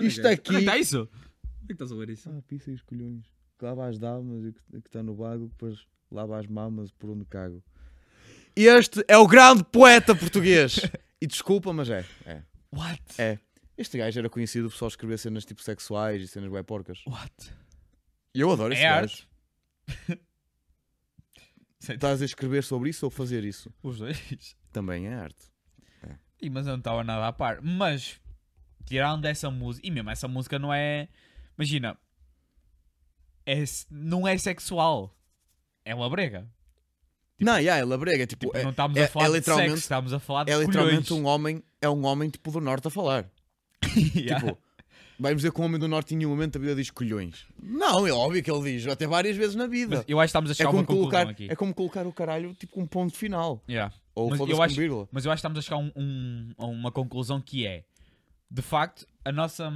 S1: Isto aqui-
S2: Onde é que está isso? Onde é que estás a ver isso?
S1: Ah, pizza e os colhões. Que lava as damas e que está no bago, que depois lava as mamas por onde cago. Este é o grande poeta
S2: <laughs>
S1: português. e desculpa, mas é. é.
S2: What?
S1: É. Este gajo era conhecido por só escrever cenas tipo sexuais e cenas bem porcas.
S2: What?
S1: E eu adoro esse
S2: É
S1: gajo.
S2: arte.
S1: Estás a escrever sobre isso ou fazer isso?
S2: Os dois.
S1: Também é arte.
S2: Ih, mas eu não estava nada a par. Mas, tirando essa música. E mesmo essa música não é. Imagina. É, se- não é sexual. É uma brega.
S1: não, yeah, ela brega. Tipo,
S2: Tipo,
S1: é,
S2: não estamos
S1: é-
S2: a falar
S1: é
S2: de
S1: literalmente,
S2: sexo, estamos a falar de
S1: é literalmente
S2: colhões.
S1: um homem, é um homem tipo do norte a falar.
S2: <laughs> Yeah.
S1: Tipo, vai dizer que o homem do norte em nenhum momento da vida diz colhões. Não, é óbvio que ele diz, até várias vezes na vida.
S2: Mas eu acho que estamos a
S1: É
S2: chegar a
S1: como,
S2: uma conclusão
S1: colocar,
S2: aqui.
S1: é como colocar o caralho tipo um ponto final.
S2: Yeah.
S1: Ou
S2: Mas
S1: foda-se
S2: eu
S1: com
S2: acho-
S1: vírgula.
S2: Mas eu acho que estamos a chegar a, um- um- a uma conclusão que é. De facto, a nossa.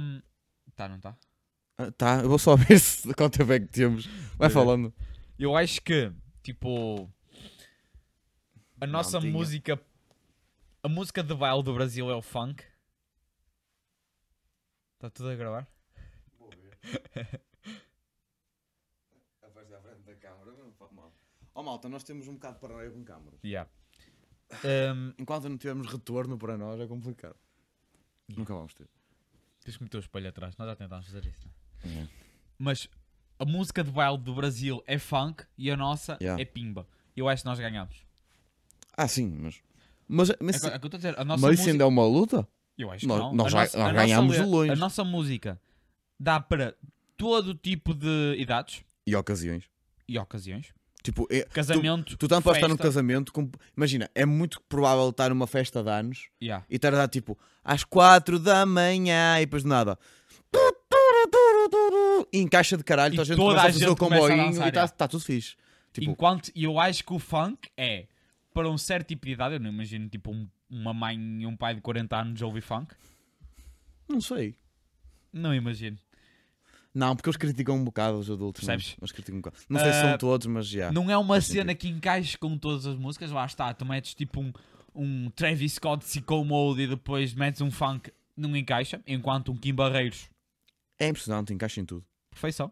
S2: Tá, não tá?
S1: Ah, tá, eu vou só <laughs> ver se quanto tempo é que temos. Vai
S2: Beleza.
S1: falando.
S2: Eu acho que, tipo. A nossa
S1: tinha.
S2: música. A música de baile do Brasil é o funk. Está tudo a gravar?
S1: Oh malta, nós temos um bocado de paranoia com câmara.
S2: Yeah. Um,
S1: Enquanto não tivermos retorno para nós é complicado. Nunca vamos ter.
S2: tens que meter o espelho atrás, nós já tentámos fazer isso. não é? Mas a música de baile do Brasil é funk e a nossa
S1: Yeah.
S2: é pimba. Eu acho que nós ganhamos.
S1: Ah, sim, mas. Mas, mas,
S2: É que- é que eu estou a dizer, a nossa
S1: mas isso
S2: música.
S1: ainda é uma luta?
S2: Eu acho que
S1: Nós-
S2: não.
S1: nós
S2: A
S1: já-
S2: nossa-
S1: nós
S2: a nossa
S1: ganhámos
S2: le-
S1: de longe.
S2: A nossa música dá para todo tipo de idades
S1: E ocasiões.
S2: e ocasiões.
S1: Tipo, é-
S2: Casamento.
S1: tu tanto podes estar num
S2: festa.
S1: casamento. com- Imagina, é muito provável estar numa festa de anos
S2: Yeah.
S1: e estar a dar tipo às 4 da manhã e depois de nada. E encaixa de caralho,
S2: E
S1: toda a gente
S2: toda
S1: começa a
S2: a
S1: fazer
S2: gente
S1: o
S2: começa a
S1: comboinho
S2: dançar,
S1: e está
S2: é.
S1: tá tudo fixe. Tipo,
S2: Enquanto eu acho que o funk é para um certo tipo de idade. Eu não imagino tipo um- uma mãe e um pai de 40 anos a ouvir funk.
S1: não sei.
S2: Não imagino.
S1: Não, porque eles criticam um bocado os adultos. não é?
S2: Percebes?
S1: Eles criticam um bocado. Não sei se são
S2: Ah,
S1: todos, mas já.
S2: Não é uma cena que encaixe com todas as músicas. Lá está, tu metes tipo um, um Travis Scott Sicko Mode e depois metes um funk. Não encaixa. Enquanto um Kim Barreiros.
S1: É impressionante, encaixa em tudo.
S2: Perfeição.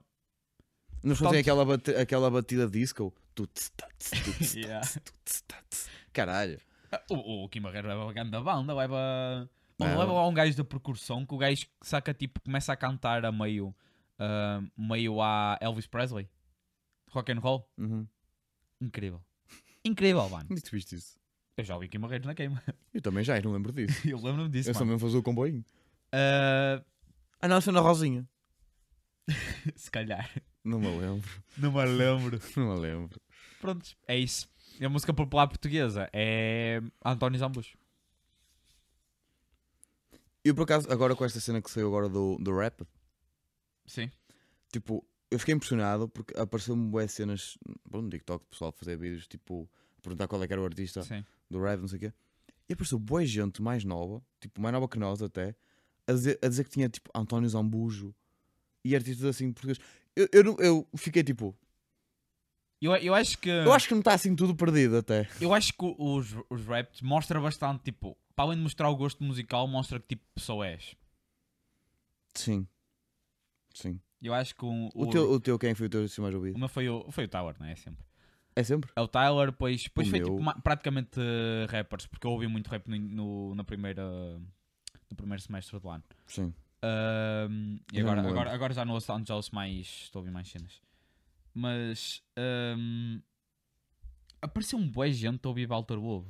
S1: Não
S2: Portanto-
S1: fazem aquela, bate- aquela batida disco. Tu, tss, tá, tss, tu,
S2: <laughs>
S1: tss, tá, tss, tu, tss, tá, tss. Caralho.
S2: O, o Kim Barreiro leva a da banda, leva. Bom,
S1: Não.
S2: leva lá um gajo da percussão que o gajo saca tipo, começa a cantar a meio. ah, meio a Elvis Presley. Rock and roll.
S1: Uhum.
S2: Incrível. Incrível, mano.
S1: Onde é que tu viste isso?
S2: Eu já ouvi Kim Barreiros na queima. <laughs>
S1: Eu também já, eu não lembro disso.
S2: Eu lembro-me disso,
S1: eu só
S2: mano.
S1: mesmo fazia o comboinho.
S2: Ah,
S1: Ah, não, isso é na Rosinha.
S2: se calhar.
S1: Não me lembro. <laughs>
S2: Não me lembro.
S1: Não me lembro.
S2: Prontos, é isso. E a música popular portuguesa é António Zambus.
S1: Eu por acaso, agora com esta cena que saiu agora do, do rap,
S2: Sim.
S1: tipo, eu fiquei impressionado porque apareceu-me boas cenas bom, no TikTok, o pessoal fazer vídeos, tipo, perguntar qual é que era o artista
S2: Sim.
S1: do rap, não sei o quê. E apareceu boa gente mais nova, tipo, mais nova que nós até, a dizer, a dizer que tinha, tipo, António Zambujo e artistas assim portugueses. Eu, eu, não- eu fiquei tipo,
S2: Eu, eu acho que.
S1: eu acho que não está assim tudo perdido até.
S2: Eu acho que os, os raps mostra bastante, tipo, para além de mostrar o gosto musical, mostra que tipo de pessoa és.
S1: Sim. Sim.
S2: Eu acho que um, o,
S1: O,
S2: o-
S1: teu, o teu, quem foi o teu assim, mais
S2: o
S1: ouvido?
S2: meu foi o, foi o Tyler, não é? É Sempre.
S1: É sempre?
S2: É o Tyler, depois, depois
S1: O
S2: foi
S1: meu-
S2: tipo, ma- praticamente eh, rappers, porque eu ouvi muito rap no, no- na primeira, no primeiro semestre do ano.
S1: Sim.
S2: Ahm, e
S1: Já não
S2: agora,
S1: me lembro.
S2: agora, agora já não ouço tanto, já ouço mais, estou a ouvir mais cenas. Mas ahm, apareceu um bué gente a ouvir Walter Wolf.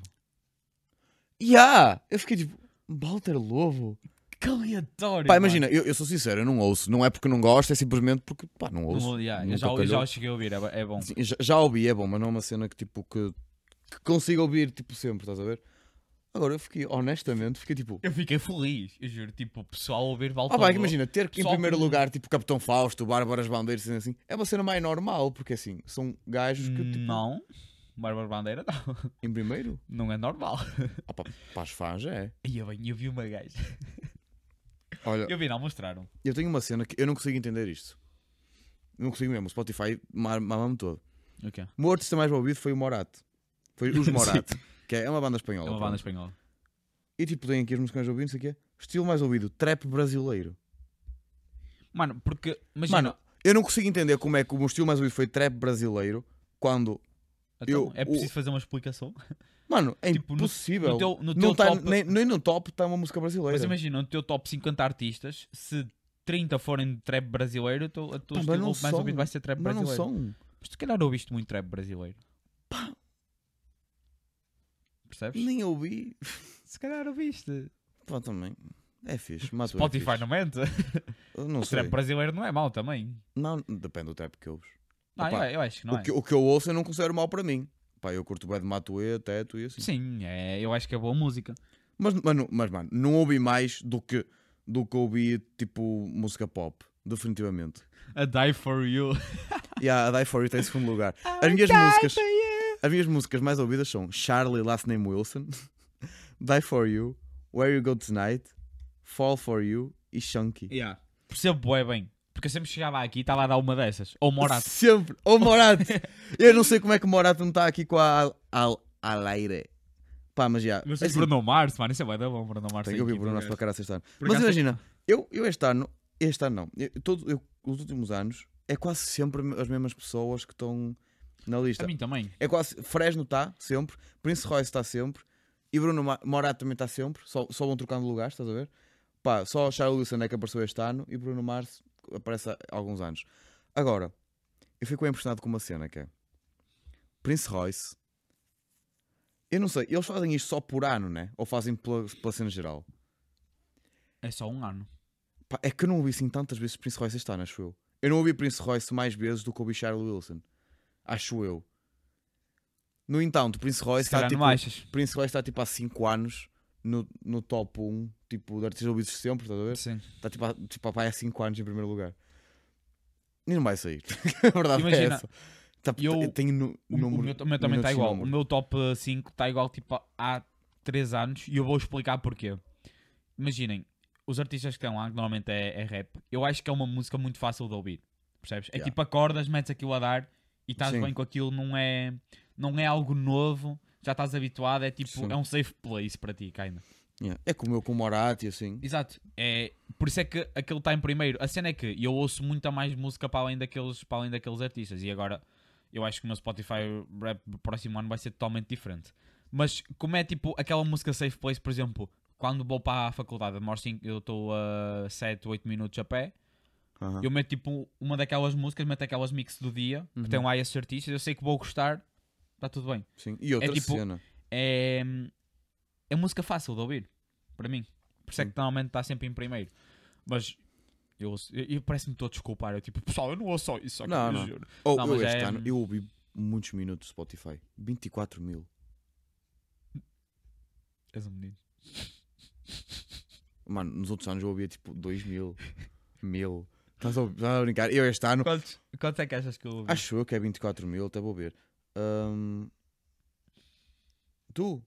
S1: Ya! Eu fiquei tipo, Walter Lobo?
S2: Que aleatório.
S1: Pá,
S2: mano.
S1: imagina, eu, eu sou sincero, eu não ouço. Não é porque não gosto, é simplesmente porque pá, não
S2: Não
S1: ouço.
S2: vou- yeah, eu
S1: nunca
S2: já, eu
S1: calhou.
S2: já cheguei a ouvir, é, bo- é bom.
S1: Sim, já, já ouvi, é bom, mas não é uma cena que tipo que, que consiga ouvir tipo sempre, estás a ver? Agora eu fiquei, honestamente, fiquei tipo.
S2: Eu fiquei feliz, eu juro. Tipo, o pessoal a ouvir Valtor.
S1: Ah, pá, é que imagina, ter que em
S2: só
S1: primeiro
S2: com-
S1: lugar, tipo Capitão Fausto, Bárbaras Bandeiras, assim, assim, é uma cena mais normal, porque assim, são gajos que, tipo,
S2: Não, Bárbara Bandeira não.
S1: em primeiro,
S2: Não é normal. <laughs>
S1: ah, pá, para as fãs é.
S2: E eu, bem, eu vi uma gaja.
S1: Olha,
S2: Eu vi, não, mostraram.
S1: eu tenho uma cena que eu não consigo entender isto. Não consigo mesmo, o Spotify mar- mama-me todo.
S2: O quê?
S1: O meu artista mais ouvido foi o Morato. Foi
S2: <laughs>
S1: os Morato, que é uma banda espanhola.
S2: É uma
S1: pronto.
S2: banda espanhola.
S1: E tipo, tem aqui as músicas mais ouvidas, não sei o quê. Estilo mais ouvido, trap brasileiro.
S2: Mano, porque. Imagina,
S1: Mano, Eu não consigo entender como é que o meu estilo mais ouvido foi trap brasileiro quando.
S2: então,
S1: eu-
S2: é preciso fazer uma explicação.
S1: Mano, é
S2: Tipo, no-
S1: impossível.
S2: no teu-
S1: Não
S2: no teu
S1: tá-
S2: top-
S1: nem, nem no top está uma música brasileira.
S2: Mas imagina, no teu top 50 artistas, se 30 forem de trap brasileiro, o teu, a tua
S1: Pá, mas
S2: estilo
S1: não
S2: mais
S1: são.
S2: ouvido vai ser trap
S1: mas não
S2: brasileiro.
S1: são.
S2: Mas tu calhar ouviste muito trap brasileiro. Percebes?
S1: Nem ouvi.
S2: Se calhar ouviste.
S1: Pá, também. É fixe. Mas
S2: Spotify
S1: é
S2: não mente.
S1: não. Não
S2: Mas
S1: sei.
S2: trap brasileiro não é mau também.
S1: Não, depende do trap que ouves.
S2: Não, eu,
S1: Opa,
S2: eu acho que não
S1: o,
S2: é.
S1: que, o que eu ouço eu não considero mal para mim. Pá, eu curto bem de Matuê, Teto e assim.
S2: Sim, é, eu acho que é boa música.
S1: Mas, mano, mas, mano, não ouvi mais do que, do que ouvi, tipo, música pop. Definitivamente.
S2: A Die
S1: <laughs>
S2: For You.
S1: E a Die For You está em segundo lugar. As minhas músicas, as minhas músicas mais ouvidas são Charlie Last Name Wilson, <laughs> Die For You, Where You Go Tonight, Fall For You e Chunky.
S2: Yeah. Percebo bué bem. Porque eu sempre chegava aqui e estava a dar uma dessas. Ou
S1: <laughs>
S2: Morato.
S1: Sempre. Ou
S2: <laughs>
S1: Morato. Eu não sei como é que o Morato não está aqui com a Al, Al, Alaire. Pá, mas já.
S2: Mas o
S1: assim,
S2: Bruno Mars, mano, isso é bué da bom, Bruno Mars. tipo,
S1: Tem
S2: é. tem
S1: que ouvir
S2: aqui,
S1: Bruno Mars
S2: por
S1: para
S2: acaso.
S1: cara este ano.
S2: Por
S1: Mas
S2: acaso-
S1: imagina, eu, eu este ano, este ano não, eu, todo, eu, os últimos anos, é quase sempre as mesmas pessoas que estão na lista.
S2: A mim também.
S1: É quase. Fresno está sempre, Prince Royce está sempre, e Bruno Ma- Morato também está sempre, só, só vão trocando lugares, estás a ver? Pá, só Charlie Wilson é que apareceu este ano e Bruno Mars aparece há alguns anos. Agora, eu fico impressionado com uma cena que é Prince Royce. Eu não sei, eles fazem isto só por ano, né? Ou fazem pela, pela cena geral?
S2: É só um ano.
S1: Pá, é que eu não ouvi assim tantas vezes Prince Royce este ano, acho eu. Eu não ouvi Prince Royce mais vezes do que ouvi Charlie Wilson. Acho eu. No entanto, Prince Royce
S2: Se calhar
S1: está tipo,
S2: não achas.
S1: Prince Royce está tipo há 5 anos no, no top 1, tipo, de artistas ouvidos de sempre, estás a ver?
S2: Sim.
S1: Está tipo, há- tipo há 5 anos em primeiro lugar. E não vai sair. <laughs> a verdade é
S2: Imagina,
S1: essa. Tá,
S2: eu-
S1: tem nu-
S2: O, o
S1: número,
S2: meu, o meu
S1: minutos
S2: também está
S1: e
S2: igual. O
S1: número.
S2: meu top 5 está igual tipo há 3 anos e eu vou explicar porquê. Imaginem, os artistas que estão lá, que normalmente é, é rap, eu acho que é uma música muito fácil de ouvir. Percebes? É
S1: Yeah.
S2: tipo acordas, metes aquilo a dar e estás
S1: Sim.
S2: bem com aquilo, não é, não é algo novo, já estás habituado, é tipo,
S1: Sim.
S2: é um safe place para ti, ainda.
S1: Yeah. É como eu com o Morat e assim.
S2: Exato. É, por isso é que aquele está em primeiro. A cena é que eu ouço muita mais música para além daqueles, para além daqueles artistas. E agora eu acho que o meu Spotify rap do próximo ano vai ser totalmente diferente. Mas como é tipo aquela música Safe Place, por exemplo, quando vou para a faculdade, demoro cinco- eu estou a 7, 8 minutos a pé,
S1: Aham.
S2: eu meto tipo uma daquelas músicas, meto aquelas mix do dia, que tem lá esses artistas, eu sei que vou gostar, está tudo bem.
S1: Sim. E outra
S2: tipo-
S1: cena.
S2: É, é música fácil de ouvir, para mim. Por isso é que normalmente está sempre em primeiro. Mas eu, ouço- eu, eu parece-me todo desculpar. Eu tipo, pessoal, eu não ouço só isso, só que
S1: Não,
S2: eu
S1: não.
S2: juro.
S1: Oh,
S2: Não,
S1: eu
S2: mas
S1: este
S2: é-
S1: ano eu ouvi muitos minutos de Spotify. 24 mil.
S2: És um menino.
S1: Mano, nos outros anos eu ouvia tipo 2 mil. <laughs> mil. Estás a, estás a brincar? Eu este ano
S2: Quantos, quantos é que achas que eu ouvi?
S1: Acho eu que é 24 mil, até vou ver. Ahm, Tu?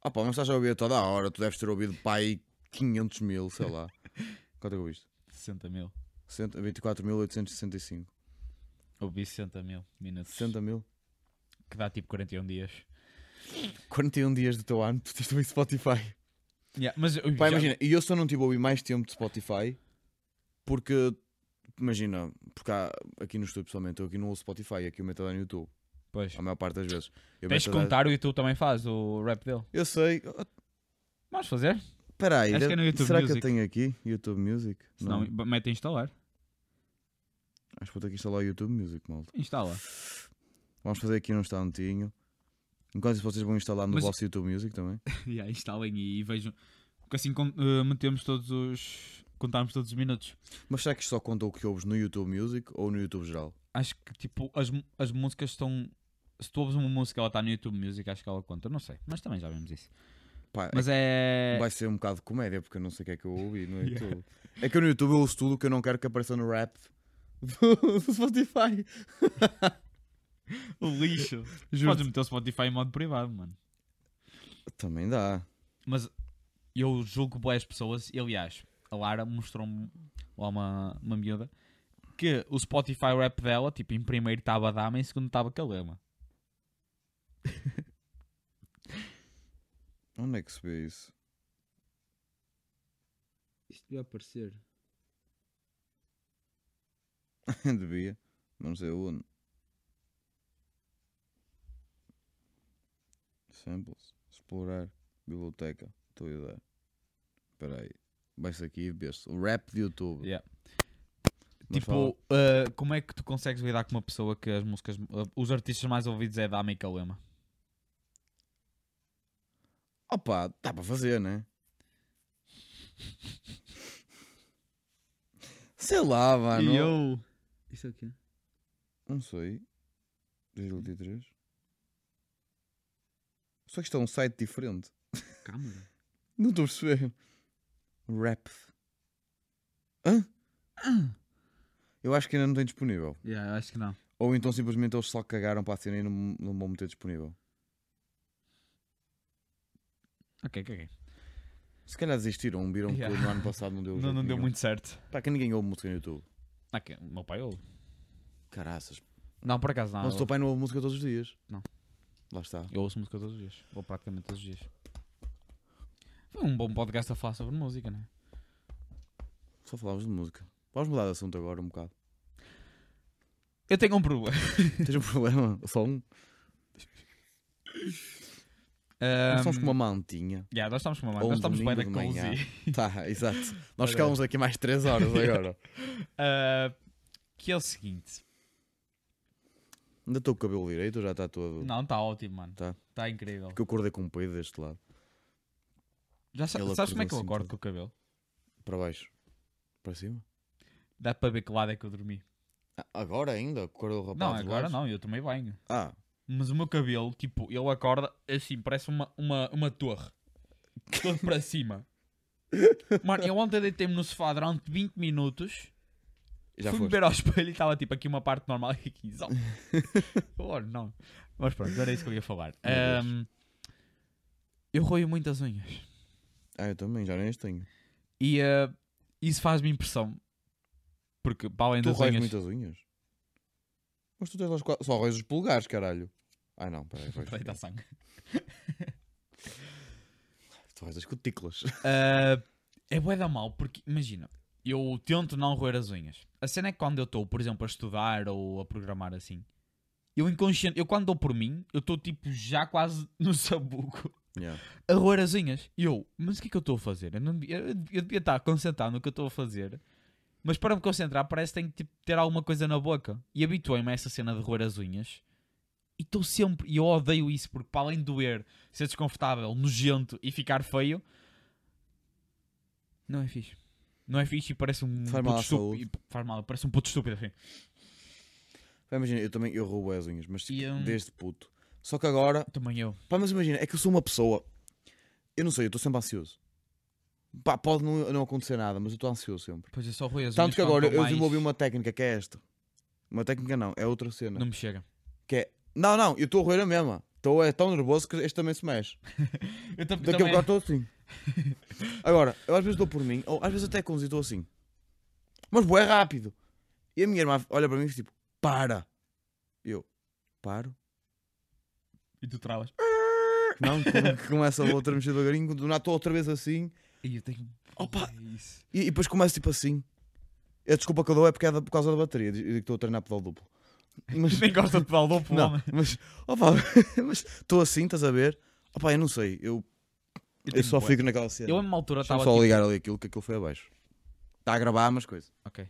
S1: Ah pá, não estás a ouvir toda a hora, tu deves ter ouvido pai 500 mil, sei
S2: <laughs>
S1: lá. Quanto é que ouviste?
S2: 60 mil.
S1: 60 24.865.
S2: Ouvi 60 mil minutos.
S1: 60 mil?
S2: Que dá tipo 41 dias.
S1: 41 dias do teu ano, tu tens ouvido Spotify.
S2: Yeah, mas eu
S1: <laughs> Pá,
S2: já-
S1: imagina, e eu só não tive a ouvir mais tempo de Spotify porque, imagina, porque há, aqui no estúdio pessoalmente, eu aqui não ouço Spotify, aqui o meto a dar no YouTube,
S2: Pois.
S1: a maior parte das vezes. Eu
S2: Tens de
S1: meto a dar-
S2: contar, o YouTube também faz o rap dele.
S1: Eu sei, oh,
S2: Vamos fazer?
S1: Espera aí,
S2: Acho que
S1: deve-
S2: é no YouTube
S1: será que
S2: Music.
S1: eu tenho aqui YouTube Music?
S2: Senão, mete a instalar.
S1: Acho que vou ter que instalar o YouTube Music, malta. <laughs>
S2: Instala.
S1: Vamos fazer aqui num instantinho. Enquanto isso vocês vão instalar no
S2: Mas-
S1: vosso YouTube Music também.
S2: yeah, instalem e, e vejam. Porque assim con- eh, metemos todos os. Contarmos todos os minutos.
S1: Mas será que isto só conta o que ouves no YouTube Music ou no YouTube geral?
S2: Acho que tipo, as, mu- as músicas estão. Se tu ouves uma música, ela está no YouTube Music, acho que ela conta. Não sei, mas também já vimos isso.
S1: Pá,
S2: Mas é.
S1: vai ser um bocado de comédia, porque eu não sei o que é que eu ouvi
S2: <laughs>
S1: no YouTube. É que eu no YouTube eu ouço tudo o que eu não quero que apareça no rap do,
S2: <laughs>
S1: do Spotify.
S2: O lixo. Podes
S1: Juro.
S2: meter o Spotify em modo privado, mano.
S1: Também dá.
S2: Mas eu julgo boas pessoas, e aliás, a Lara mostrou-me lá uma, uma miúda que o Spotify rap dela, tipo, em primeiro estava Dama, em segundo estava Calema.
S1: Onde é que se vê isso? <laughs>
S2: Isto devia aparecer.
S1: Devia. Mas não sei onde. Samples. Explorar. Biblioteca. Estou a dar. Espera aí. Baixa aqui e vês. O rap de YouTube.
S2: Yeah.
S1: Mas
S2: Tipo,
S1: fala.
S2: ah, como é que tu consegues lidar com uma pessoa que as músicas, ah, os artistas mais ouvidos é Dama e Calema?
S1: Opa, dá para fazer, né? <laughs> Sei lá, mano.
S2: eu. Isso é aqui.
S1: Não sei. 2023. Só que isto é um site diferente.
S2: Câmara.
S1: Não estou a perceber. Rap. Hã?
S2: Ah.
S1: Eu acho que ainda não tem disponível.
S2: Yeah, acho que não.
S1: Ou então simplesmente eles só cagaram para a cena e não, não vão meter disponível.
S2: Ok, caguei.
S1: Se calhar desistiram, viram
S2: Yeah.
S1: que no ano passado não deu
S2: <laughs> Não, não
S1: jeito
S2: deu
S1: nenhum.
S2: muito certo.
S1: Pá, que ninguém ouve música no YouTube.
S2: Ah, que- o meu pai ouve.
S1: Caraças.
S2: Não, por acaso não.
S1: Mas o teu pai não ouve música todos os dias.
S2: Ah, Não.
S1: Lá está.
S2: Eu ouço música todos os dias, ou praticamente todos os dias. Foi um bom podcast a falar sobre música, né?
S1: Só falávamos de música. Vamos mudar de assunto agora um bocado. <laughs>
S2: Eu tenho um problema.
S1: Tens um problema? Só um? Nós estamos com uma mantinha.
S2: Yeah, nós estamos com
S1: Ou
S2: uma mãe,
S1: um
S2: Um, nós estamos bem na
S1: domingo de manhã.
S2: cozy.
S1: Tá, exato.
S2: <laughs> Olha.
S1: Nós ficávamos aqui mais 3
S2: <laughs>
S1: horas agora.
S2: Ah, que é o seguinte.
S1: Ainda estou com o cabelo direito ou já está todo.
S2: Não, está ótimo, mano.
S1: Tá.
S2: Tá incrível.
S1: Porque eu acordei com um peido deste lado.
S2: Já sa-
S1: Ele
S2: sabes como é que eu
S1: acordou assim
S2: acordo
S1: todo.
S2: com o cabelo?
S1: Para baixo. Para cima?
S2: Dá para ver que lado é que eu dormi.
S1: Ah, agora ainda? Acordou o rapaz?
S2: não,
S1: tá de
S2: agora
S1: baixo?
S2: não, eu tomei banho.
S1: Ah,
S2: Mas o meu cabelo, tipo, ele acorda assim, parece uma, uma, uma torre. Todo para
S1: <laughs>
S2: cima. Mano, eu ontem deitei-me no sofá durante 20 minutos.
S1: já
S2: Fui-me
S1: foi.
S2: ver ao espelho e estava tipo aqui uma parte normal e
S1: <laughs>
S2: aqui só. oh, não. Mas pronto, era isso que eu ia falar.
S1: Meu Deus.
S2: Ahm, eu roio muitas unhas.
S1: Ah, eu também, já nem as tenho.
S2: E ah, isso faz-me impressão. Porque para além
S1: Tu
S2: das
S1: roes
S2: unhas.
S1: muitas unhas? Mas tu tens lá os quatro... Só roes os polegares, caralho. Ah, não, peraí,
S2: <laughs>
S1: roes.
S2: Peraí, dá sangue.
S1: Tu roes as
S2: <laughs>
S1: cutículas.
S2: Ah, é bué da mal, porque imagina, eu tento não roer as unhas. A cena é que quando eu estou, por exemplo, a estudar ou a programar assim, eu inconsciente, eu quando dou por mim, eu estou tipo já quase <laughs> no sabuco.
S1: Yeah.
S2: a roer as unhas. E eu, mas o que é que eu estou a fazer? Eu, não devia- eu- eu devia estar concentrado no que eu estou a fazer, mas para me concentrar parece que tenho que tipo, ter alguma coisa na boca. E habituei-me a essa cena de roer as unhas. E estou sempre, e eu odeio isso, porque para além de doer, ser desconfortável, nojento e ficar feio, não é fixe. Não é fixe e parece um
S1: Faz mal à saúde.
S2: estúpido. Faz mal, parece um puto estúpido. Assim.
S1: Pá, Imagina, eu também eu roubo as unhas, mas tipo,
S2: E, hum,
S1: desde puto. Só que agora
S2: Também eu.
S1: Pá, mas imagina, é que eu sou uma pessoa. Eu não sei, eu estou sempre ansioso. Pá, pode não, não acontecer nada, mas eu estou ansioso sempre.
S2: Pois eu só roio as
S1: Tanto
S2: unhas.
S1: que
S2: quando
S1: agora
S2: estou
S1: eu
S2: mais-
S1: desenvolvi uma técnica que é esta. Uma técnica não, é outra cena.
S2: Não me chega.
S1: Que é. Não, não, eu estou a roer a mesma. Estou é tão nervoso que este também se mexe.
S2: Eu tam-
S1: Daqui a
S2: também-
S1: bocado estou assim. Agora, eu às vezes dou por mim, ou às vezes até conduzo e estou assim. Mas boé rápido. E a minha irmã olha para mim e diz tipo, para. Eu, paro.
S2: <laughs> E tu travas.
S1: Não, <laughs> que começa a outra mexer devagarinho, do nada estou outra vez assim.
S2: E eu tenho.
S1: Opa!
S2: É isso.
S1: E, e depois começo tipo assim. A desculpa que eu dou é porque é da- por causa da bateria. Eu digo que estou a treinar pedal
S2: <laughs>
S1: duplo. Mas,
S2: Nem gosta de pedal duplo,
S1: não,
S2: homem.
S1: <laughs> mas, opa, mas estou assim, estás a ver? Opa, eu não sei. Eu, eu,
S2: tenho
S1: só
S2: bué.
S1: fico naquela cena.
S2: Eu, a uma altura,
S1: Deixa-me
S2: estava.
S1: só
S2: Tipo...
S1: ligar ali aquilo que aquilo foi abaixo. Está a gravar, mas coisa.
S2: tipo- Ok.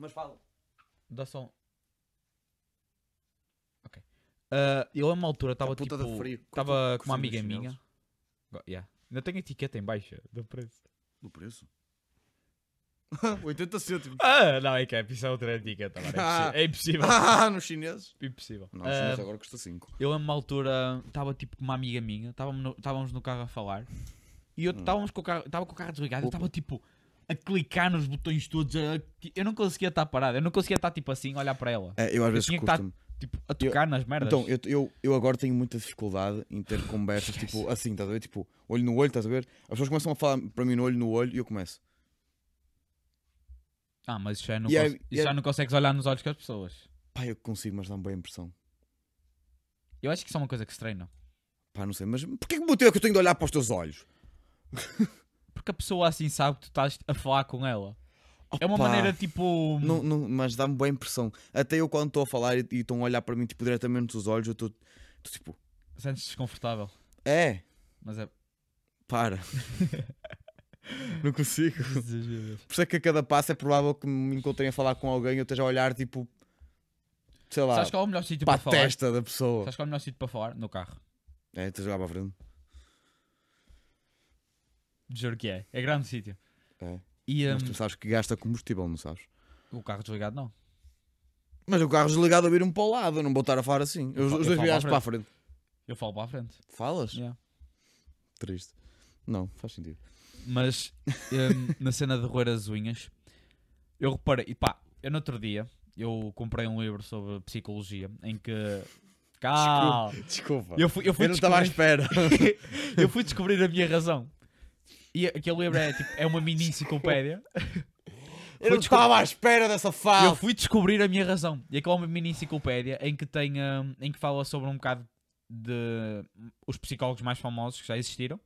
S1: Mas fala.
S2: Dá só um. Ok. Ah, eu, a uma altura, estava
S1: puta
S2: tipo.
S1: da frio.
S2: Estava tipo-
S1: Curti-
S2: com uma
S1: curti
S2: amiga
S1: os chinelos.
S2: minha. Go- Yeah. Ainda tem etiqueta em baixa do preço.
S1: Do
S2: <laughs>
S1: preço? 80 cêntimos.
S2: Ah, não, é que é, isso é outra etiqueta. agora É impossível. É impossível.
S1: <laughs> Ah, nos chineses?
S2: impossível.
S1: Não, é os chineses
S2: Ah,
S1: agora custa 5.
S2: Eu lembro uma altura, estava tipo com uma amiga minha, estávamos no, estávamos no carro a falar e
S1: Hum.
S2: eu estávamos com o carro, estava com o carro desligado, eu estava tipo a clicar nos botões todos, a- eu não conseguia estar parado, eu não conseguia estar tipo assim, a olhar para ela,
S1: É, eu às vezes
S2: tinha que estar-
S1: custa-me.
S2: tipo a tocar nas merdas.
S1: Então, eu, eu, eu agora tenho muita dificuldade em ter conversas tipo assim, estás a ver? Tipo, olho no olho, estás a ver? As pessoas começam a falar para mim no olho no olho e eu começo.
S2: Ah, mas isso já não,
S1: E é-
S2: cons-
S1: e
S2: isso
S1: é-
S2: já não consegues olhar nos olhos com as pessoas.
S1: Pá, eu consigo, mas dá-me bem a impressão.
S2: Eu acho que isso é uma coisa que se treina.
S1: Pá, não sei, mas porquê que me boteu que eu tenho de olhar para os teus olhos?
S2: Porque a pessoa assim sabe que tu estás a falar com ela.
S1: Oh,
S2: É uma
S1: pá,
S2: maneira tipo.
S1: Não, não, mas dá-me boa impressão. Até eu, quando estou a falar e e estão a olhar para mim tipo, diretamente nos olhos, eu estou estou tipo,
S2: Sentes desconfortável.
S1: é,
S2: Mas
S1: <laughs>
S2: é. <laughs>
S1: para. não consigo. Por isso é que a cada passo é provável que me encontrem a falar com alguém e eu esteja a olhar tipo, sei lá,
S2: Sabes qual é o melhor sítio
S1: para
S2: para
S1: a
S2: falar?
S1: testa da pessoa.
S2: Sabes qual é o melhor sítio para falar? No carro.
S1: É, esteja lá para a frente.
S2: Juro que é. É grande sítio.
S1: É.
S2: E
S1: Mas
S2: hum,
S1: tu sabes que gasta combustível, não sabes?
S2: o carro desligado não.
S1: Mas o carro desligado a vir um para o lado, eu não vou estar a falar assim. Os, os
S2: fa- eu
S1: dois
S2: falo
S1: virados
S2: à
S1: para a frente.
S2: Eu falo para a frente.
S1: Falas?
S2: Yeah.
S1: Triste. Não, faz
S2: <laughs>
S1: sentido.
S2: Mas hum, <laughs> na cena de roer as unhas, eu reparei. E pá, eu no outro dia eu comprei um livro sobre psicologia em que. Calma!
S1: Desculpa.
S2: Eu fui, eu fui
S1: Eu não estava à
S2: descobrir-
S1: espera.
S2: <laughs> eu fui descobrir a minha razão. E aquele livro é, tipo, é uma mini enciclopédia.
S1: Eu
S2: não estava
S1: à espera dessa
S2: E
S1: fala.
S2: eu fui descobrir a minha razão. E aquela é uma mini enciclopédia em que tem, hum, em que fala sobre um bocado de os psicólogos mais famosos que já existiram,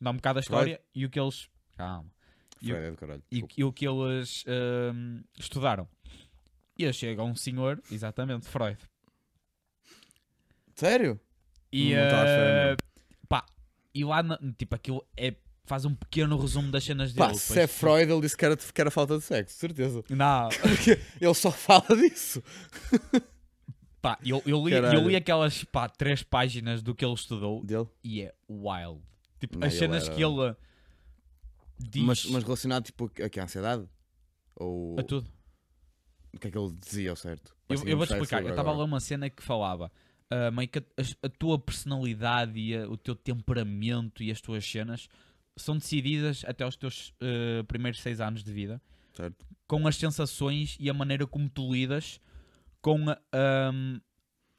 S2: dá um bocado a
S1: Freud.
S2: história e o que eles calma, e eu-
S1: caralho.
S2: e,
S1: desculpa.
S2: e o que eles hum, estudaram. E eu chego a um senhor, exatamente, Freud.
S1: Sério?
S2: E,
S1: Não estava à espera,
S2: eh, pá, e lá, na- tipo, aquilo é, faz um pequeno resumo das cenas dele.
S1: Pá, se é
S2: depois-
S1: Freud, ele disse que era, que era falta de sexo, certeza.
S2: Não,
S1: Ele só fala disso.
S2: pá, eu, eu, li,
S1: Caralho.
S2: eu li aquelas pá, três páginas do que ele estudou
S1: Dele.
S2: e é wild. Tipo,
S1: Não,
S2: as
S1: ele
S2: cenas
S1: era-
S2: que ele diz
S1: Mas, mas relacionado tipo a que? A ansiedade? Ou
S2: a tudo.
S1: o que é que ele dizia ao certo?
S2: Eu,
S1: Assim,
S2: eu
S1: não
S2: vou-te
S1: sei
S2: explicar.
S1: sobre
S2: Eu estava a
S1: agora.
S2: ler uma cena que falava ah, meio que a, as- a tua personalidade e a- o teu temperamento e as tuas cenas são decididas até aos teus eh, primeiros seis anos de vida
S1: Certo.
S2: com as sensações e a maneira como tu lidas com ah, ahm,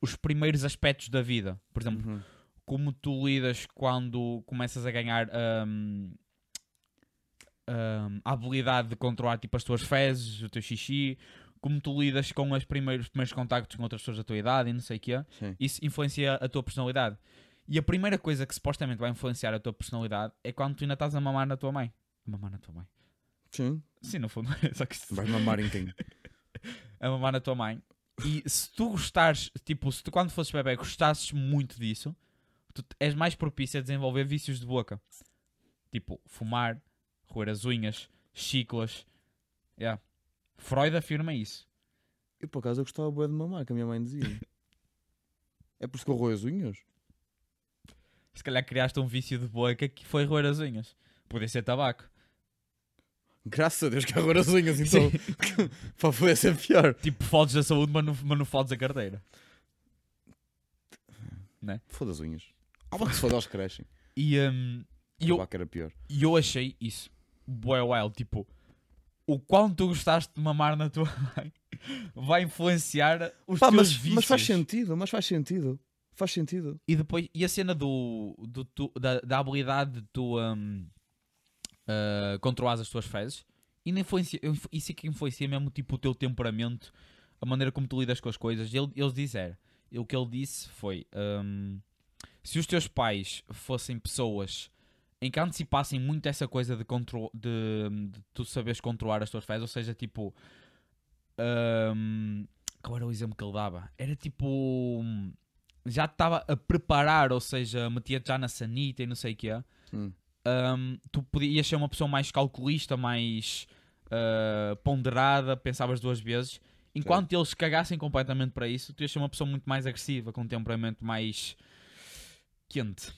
S2: os primeiros aspectos da vida. Por exemplo,
S1: Uhum.
S2: como tu lidas quando começas a ganhar hum, hum, a habilidade de controlar tipo, as tuas fezes, o teu xixi, como tu lidas com os primeiros, os primeiros contactos com outras pessoas da tua idade e não sei o quê,
S1: Sim.
S2: isso influencia a tua personalidade. E a primeira coisa que supostamente vai influenciar a tua personalidade é quando tu ainda estás a mamar na tua mãe. A mamar na tua mãe.
S1: Sim.
S2: Sim, no fundo, <laughs> só que se-
S1: Vais mamar em quem?
S2: a mamar na tua mãe. E se tu gostares, tipo, se tu quando fosses bebê gostasses muito disso, tu te- és mais propício a desenvolver vícios de boca. Tipo, fumar, roer as unhas, chiclas. Yeah. Freud afirma isso.
S1: <laughs> Eu por acaso eu gostava bué de mamar, que a minha mãe dizia. É por isso que eu roi as unhas?
S2: Se calhar criaste um vício de boca que foi roer as unhas. Podia ser tabaco.
S1: Graças a Deus que arroio as unhas, então. Pá, foi ser pior.
S2: Tipo, fodes da saúde, mas não, mas não fodes a carteira.
S1: Foda as unhas. Ah, mas se foda, elas crescem.
S2: E, hum, e
S1: Eu...
S2: eu,
S1: O tabaco era pior.
S2: E eu achei isso bué wild, tipo, o quanto tu gostaste de mamar na tua mãe <laughs> vai influenciar os
S1: Pá,
S2: teus
S1: mas,
S2: vícios.
S1: mas faz sentido, mas faz sentido. Faz sentido.
S2: E depois, e a cena do, do tu- da, da habilidade de tu hum, ah, controlares as tuas fezes, ainda influencia, inf- isso é que influencia mesmo tipo, o teu temperamento, a maneira como tu lidas com as coisas. Ele, eles disseram, o que ele disse foi, hum, se os teus pais fossem pessoas em que antecipassem muito essa coisa de, contro de, de tu saberes controlar as tuas fezes, ou seja, tipo... hum, qual era o exemplo que ele dava? Era tipo... hum, já te estava a preparar, ou seja, metia-te já na sanita e não sei o que é,
S1: Hum.
S2: tu podias ser uma pessoa mais calculista, mais ah, ponderada, pensavas duas vezes. Enquanto eles cagassem completamente para isso, tu ias ser uma pessoa muito mais agressiva, com um temperamento mais quente.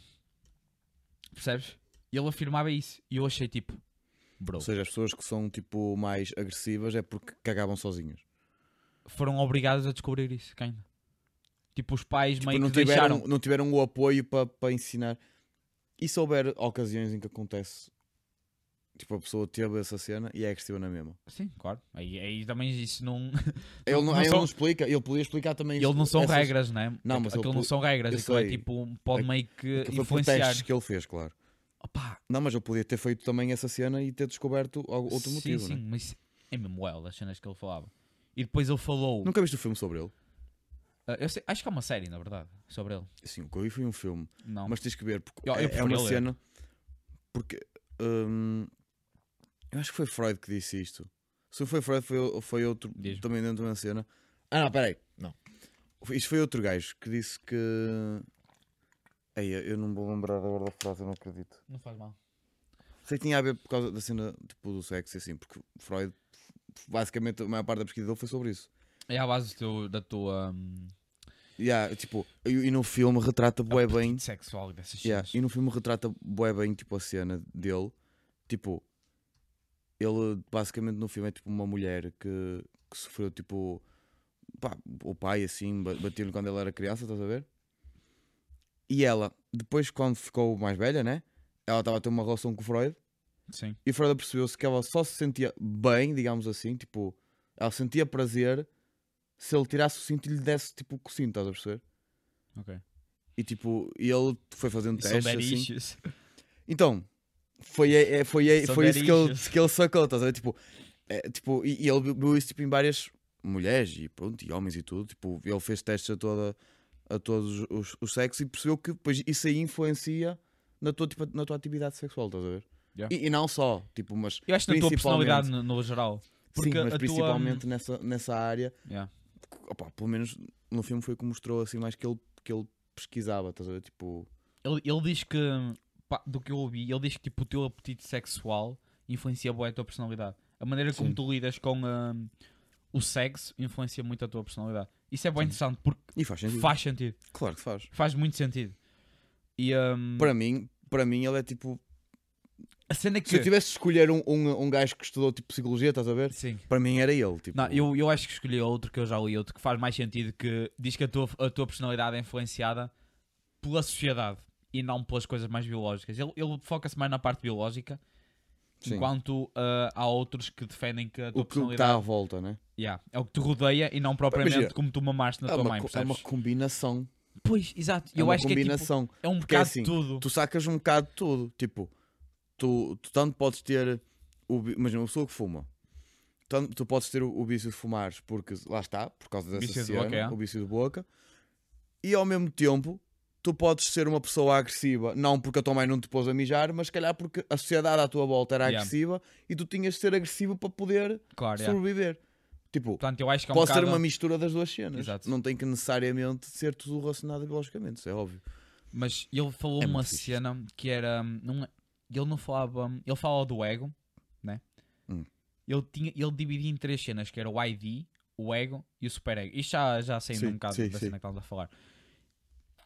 S2: Percebes? E ele afirmava isso. E eu achei tipo, bro,
S1: Ou seja, as pessoas que são tipo mais agressivas é porque cagavam sozinhas.
S2: foram obrigados a descobrir isso, quem? Tipo, os pais
S1: Tipo,
S2: meio
S1: não,
S2: que
S1: tiveram,
S2: deixaram.
S1: não tiveram o apoio para ensinar. E se houver ocasiões em que acontece, tipo, a pessoa teve essa cena e é agressiva na mesma.
S2: Sim, claro. Aí, aí também isso
S1: <laughs>
S2: não.
S1: Ele não,
S2: não
S1: ele
S2: são-
S1: não explica, ele podia explicar também
S2: Ele não são
S1: essas-
S2: regras, né?
S1: Não, mas
S2: Aquilo
S1: eu
S2: não
S1: pu-
S2: são regras.
S1: eu
S2: Aquilo é
S1: sei.
S2: tipo, pode
S1: Aqu-
S2: meio que
S1: Que foi por
S2: influenciar.
S1: testes que ele fez, claro.
S2: Opa,
S1: Não, mas ele podia ter feito também essa cena e ter descoberto al- outro
S2: sim,
S1: motivo,
S2: Sim,
S1: né?
S2: mas é mesmo well as cenas que ele falava. E depois ele falou.
S1: Nunca viste o filme sobre ele?
S2: Ah, eu sei- acho que há uma série, na verdade, sobre ele.
S1: Sim, o que eu vi foi um filme.
S2: Não.
S1: Mas tens que ver, porque
S2: Eu- eu
S1: é- é,
S2: prefiro
S1: uma
S2: ler.
S1: cena. Porque. hum, eu acho que foi Freud que disse isto. Se não foi Freud, foi, o- foi outro.
S2: Diz-me.
S1: Também dentro da cena. Ah, não, peraí. Não. Foi- Isto foi outro gajo que disse que. Ei, eu- eu não vou lembrar agora da frase, eu não acredito.
S2: Não faz mal.
S1: Sei que tinha a ver por causa da cena tipo, do sexo e assim, porque Freud, basicamente, a maior parte da pesquisa dele foi sobre isso.
S2: É à base do teu- da tua hum,
S1: E há, tipo, e, e no filme retrata bué bem.
S2: sexual e dessas
S1: Yeah,
S2: cenas.
S1: E no filme retrata bué bem tipo a cena dele. Tipo, ele basicamente no filme é tipo uma mulher que, que sofreu tipo pá, o pai assim, ba- bateu-lhe quando ela era criança, estás a ver? E ela, depois quando ficou mais velha, né? Ela estava a ter uma relação com o Freud
S2: Sim.
S1: e o Freud percebeu-se que ela só se sentia bem, digamos assim, tipo, ela sentia prazer se ele tirasse o cinto e lhe desse tipo o cocinho, estás a perceber?
S2: Ok.
S1: E tipo, e ele foi fazendo
S2: E são
S1: testes
S2: bad
S1: assim.
S2: issues.
S1: Então, foi, é, é- foi, é-
S2: São
S1: foi isso que ele,
S2: nariz.
S1: que ele sacou, estás a ver? Tipo, é, tipo, e, e ele viu- viu isso tipo, em várias mulheres e pronto, e homens e tudo. Tipo, ele fez testes a, toda, a todos os, os sexos e percebeu que depois isso aí influencia na tua, tipo, na tua atividade sexual, estás a ver?
S2: Yeah.
S1: E, e não só, tipo, mas,
S2: Eu acho que na tua
S1: Principalmente.
S2: personalidade no, no geral. Porque
S1: sim, mas
S2: a
S1: principalmente nessa, nessa área,
S2: Tua, hum, yeah.
S1: opá, pelo menos no filme foi que mostrou assim mais que ele, que ele pesquisava, estás a ver? Tipo,
S2: ele, ele diz que, pá, do que eu ouvi, ele diz que tipo, o teu apetite sexual influencia bué a tua personalidade. A maneira como
S1: Sim.
S2: tu lidas com hum, o sexo influencia muito a tua personalidade. Isso é bem interessante porque
S1: e faz sentido.
S2: faz sentido.
S1: Claro que faz.
S2: Faz muito sentido. E hum,
S1: Para mim, para mim ele é tipo
S2: a cena é
S1: Se
S2: que.
S1: eu tivesse de escolher um, um, um gajo que estudou tipo psicologia, estás a ver?
S2: Sim.
S1: Para mim era ele. Tipo,
S2: Não, eu, eu acho que escolhi outro que eu já li, outro que faz mais sentido, que diz que a tua, a tua personalidade é influenciada pela sociedade e não pelas coisas mais biológicas. Ele, ele foca-se mais na parte biológica,
S1: Sim.
S2: enquanto ah, há outros que defendem que a tua
S1: o que está
S2: personalidade
S1: à volta, né?
S2: Yeah, é o que te rodeia e não propriamente
S1: Imagina,
S2: como tu mamaste na
S1: é,
S2: tua
S1: uma,
S2: mãe,
S1: co- é
S2: percebes?
S1: uma combinação.
S2: Pois, exato.
S1: é
S2: eu
S1: uma
S2: acho
S1: combinação.
S2: que é, tipo, é um
S1: Porque é
S2: bocado
S1: assim,
S2: de tudo.
S1: Tu sacas um bocado de tudo. Tipo, tu, tu tanto podes ter. O, vi- imagina, uma pessoa que fuma. Tanto, tu podes ter o, o vício de fumar, porque lá está, por causa dessa
S2: Vício de
S1: cena,
S2: boca, é.
S1: o vício de boca. E ao mesmo tempo, tu podes ser uma pessoa agressiva, não porque a tua mãe não te pôs a mijar, mas se calhar porque a sociedade à tua volta era
S2: Yeah.
S1: agressiva e tu tinhas de ser agressivo para poder
S2: Claro, yeah.
S1: sobreviver. Tipo,
S2: Portanto, eu acho que é um
S1: pode
S2: bocado...
S1: ser um uma mistura das duas cenas.
S2: Exato.
S1: Não tem que necessariamente ser tudo relacionado biologicamente, isso é óbvio.
S2: Mas ele falou
S1: É
S2: uma
S1: muito fixe.
S2: cena que era. hum, Não, é- ele não falava. hum, Ele falava do ego, né?
S1: Hum.
S2: Ele, tinha, ele dividia em três cenas, que era o ID, o ego e o super ego. Isto já, já saindo
S1: Sim,
S2: um bocado
S1: sim,
S2: da
S1: sim.
S2: cena que estávamos a falar.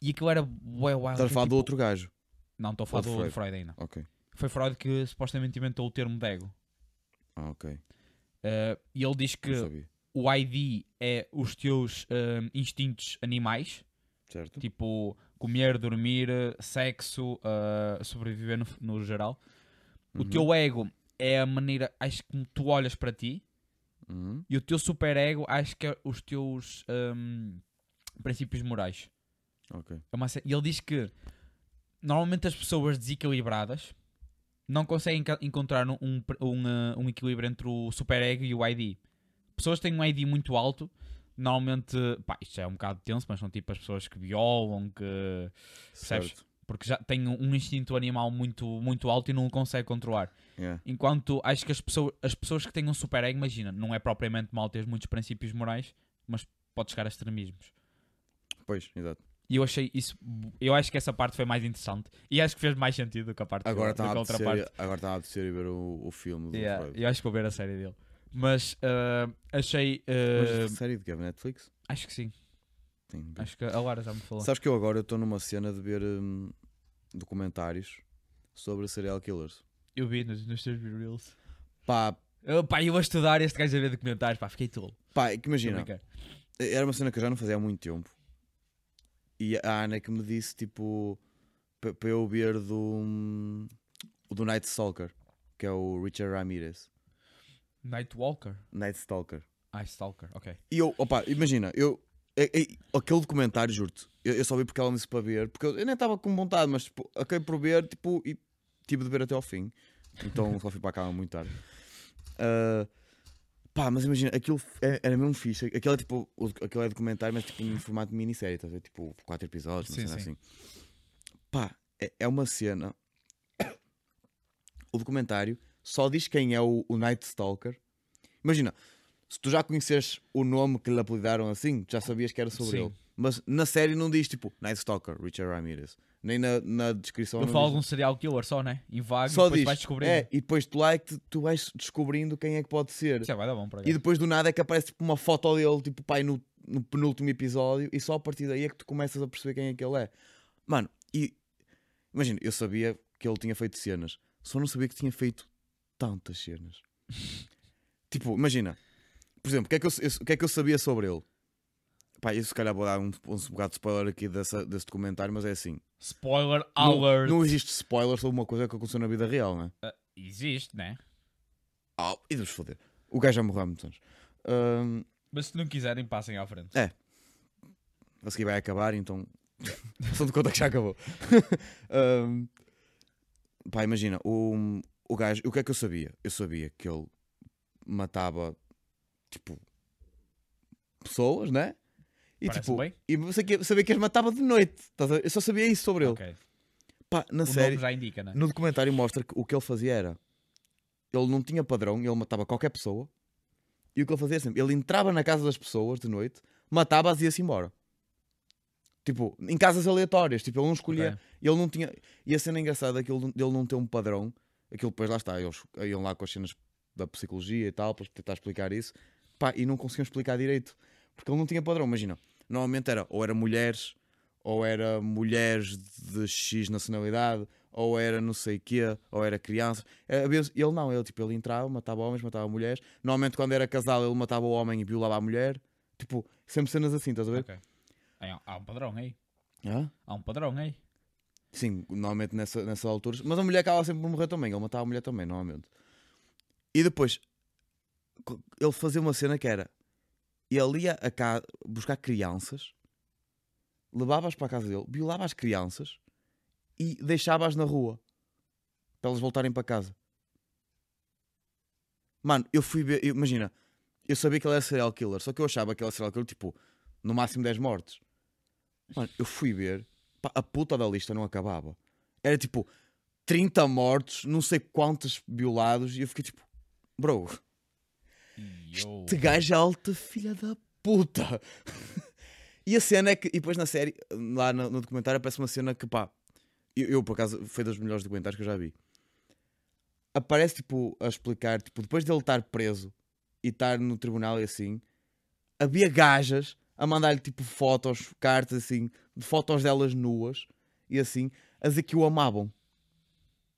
S2: E aquilo era. Ué, ué,
S1: Estás a falar do outro gajo.
S2: Não, estou a falar
S1: ou do
S2: do, do
S1: Freud?
S2: Freud ainda.
S1: Ok.
S2: Foi Freud que supostamente inventou o termo de ego.
S1: Ah, ok.
S2: Eh, e ele diz
S1: Não
S2: que
S1: sabia.
S2: o ID é os teus hum, instintos animais.
S1: Certo?
S2: Tipo, comer, dormir, sexo, ah, sobreviver no, no geral. O
S1: Uhum.
S2: teu ego é a maneira, acho que tu olhas para ti.
S1: Uhum.
S2: E o teu super ego, acho que é os teus ahm, princípios morais.
S1: Ok.
S2: É uma ce- E ele diz que normalmente as pessoas desequilibradas não conseguem enca- encontrar um, um, pr- um, ah, um equilíbrio entre o super ego e o ID. Pessoas que têm um ID muito alto, normalmente, pá, isto é um bocado tenso, mas são tipo as pessoas que violam, que Percebes?
S1: Certo.
S2: porque já tem um um instinto animal muito, muito alto e não o consegue controlar.
S1: Yeah.
S2: Enquanto acho que as pessoas, as pessoas que têm um super ego, imagina, não é propriamente mal ter muitos princípios morais, mas pode chegar a extremismos.
S1: Pois, exato.
S2: E eu achei isso, eu acho que essa parte foi mais interessante e acho que fez mais sentido do que a parte
S1: Agora
S2: do,
S1: está
S2: do
S1: a
S2: que a outra
S1: acontecer
S2: parte.
S1: agora está a acontecer e ver o, o filme do
S2: Yeah,
S1: Freud.
S2: eu acho que vou ver a série dele. Mas ah, achei. ah,
S1: Mas a série de que é Netflix?
S2: acho que sim.
S1: Tem de ver.
S2: Acho que a Lara já me falou.
S1: Sabes que eu agora estou numa cena de ver hum, documentários sobre serial killers.
S2: Eu vi nos, nos teus reels.
S1: Pá,
S2: Eu, Oh, pá, eu a estudar este gajo a ver documentários, pá, fiquei tolo.
S1: pá, é que
S2: Estou a
S1: imagina,
S2: brincar.
S1: era uma cena que eu já não fazia há muito tempo. E a Ana que me disse, tipo, pa- para eu ver do, hum, do Night Stalker, que é o Richard Ramirez.
S2: Nightwalker?
S1: Night Stalker.
S2: Ah, Stalker, ok.
S1: E eu, opa, imagina, eu. é- é- aquele documentário, juro-te, eu, eu só vi porque ela me disse para ver, porque eu, eu nem estava com vontade, mas tipo, acabei por ver tipo, e tive de ver até ao fim. Então só fui para a cama muito tarde. Ah, pá, mas imagina, aquilo é- era mesmo fixe. Aquilo é tipo, o- aquilo é documentário, mas tipo em formato de minissérie, estás a ver? Tipo, quatro episódios, uma
S2: Sim,
S1: cena
S2: sim.
S1: assim. Pá, é, é uma cena. O documentário só diz quem é o, o Night Stalker. Imagina, se tu já conheces o nome que lhe apelidaram assim, já sabias que era sobre
S2: Sim.
S1: ele. Mas na série não diz tipo Night Stalker, Richard Ramirez. Nem na, na descrição.
S2: Eu
S1: não
S2: falo
S1: diz.
S2: de um serial killer só, né? Invago,
S1: Só
S2: depois
S1: diz.
S2: vais descobrir.
S1: É, e depois tu lá é que tu, tu vais descobrindo quem é que pode ser.
S2: Isso é, vai dar bom para
S1: E depois do nada é que aparece tipo, uma foto dele, tipo, pai, no, no penúltimo episódio, e só a partir daí é que tu começas a perceber quem é que ele é. Mano, e imagina, eu sabia que ele tinha feito cenas, só não sabia que tinha feito tantas cenas. tipo, imagina, por exemplo, o que, é que eu, eu- o que é que eu sabia sobre ele? Pá, eu se calhar vou dar um, um bocado de spoiler aqui dessa, desse documentário, mas é assim.
S2: Spoiler
S1: Não-
S2: alert.
S1: Não, existe spoiler sobre uma coisa que aconteceu na vida real, né?
S2: Existe, né?
S1: Ah, e dos foder. O gajo já morreu há muitos anos. Ahm,
S2: Mas se não quiserem, passem à frente.
S1: a seguir vai acabar, então <laughs> são de conta que já acabou. <laughs> Ahm, pá, imagina, o, o gajo, o que é que eu sabia? Eu sabia que ele matava tipo pessoas, né? E
S2: Parece
S1: tipo,
S2: bem.
S1: e eu sei que- sabia que as matava de noite. estás a ver? Eu só sabia isso sobre ele.
S2: Ok.
S1: Pá, na
S2: O
S1: série,
S2: nome já indica, né?
S1: no documentário mostra que o que ele fazia era ele não tinha padrão, ele matava qualquer pessoa. E o que ele fazia é sempre, ele entrava na casa das pessoas de noite, matava-as e ia-se embora. Tipo, em casas aleatórias, tipo, ele não escolhia,
S2: Ok.
S1: ele não tinha. E a cena engraçada é que ele, não- ele não tem um padrão, aquilo depois lá está, eles iam lá com as cenas da psicologia e tal, para tentar explicar isso, pá, e não conseguiam explicar direito, porque ele não tinha padrão, imagina. Normalmente era, ou era mulheres, ou era mulheres de X nacionalidade, ou era não sei quê, ou era crianças. É, havia- Ele não, ele tipo, ele entrava, matava homens, matava mulheres. Normalmente quando era casal ele matava o homem e violava a mulher. Tipo, sempre cenas assim, estás a ver? Ah?
S2: Ok. Aí, há- há um padrão aí.
S1: Hã?
S2: Há um padrão aí.
S1: Sim, normalmente nessa, nessas alturas. Mas a mulher acaba sempre por morrer também. Ele matava a mulher também, normalmente. E depois, co- ele fazia uma cena que era: ele ia a ca- buscar crianças, levava-as para a casa dele, violava as crianças e deixava-as na rua para elas voltarem para casa. Mano, eu fui ver. eu- imagina, eu sabia que ele era serial killer, só que eu achava que ele era serial killer, tipo, no máximo 10 mortes. Mano, eu fui ver pá, a puta da lista não acabava. Era tipo 30 mortos, não sei quantos violados, e eu fiquei tipo, bro, <laughs>
S2: Yo.
S1: te gajo é alta filha da puta. <laughs> e a cena é que, e depois na série, lá no, no documentário, aparece uma cena que pá, eu, eu, por acaso foi dos melhores documentários que eu já vi. Aparece tipo a explicar, tipo, depois dele estar preso e estar no tribunal e assim, havia gajas a mandar-lhe tipo fotos, cartas assim, de fotos delas nuas e assim, a dizer que o amavam.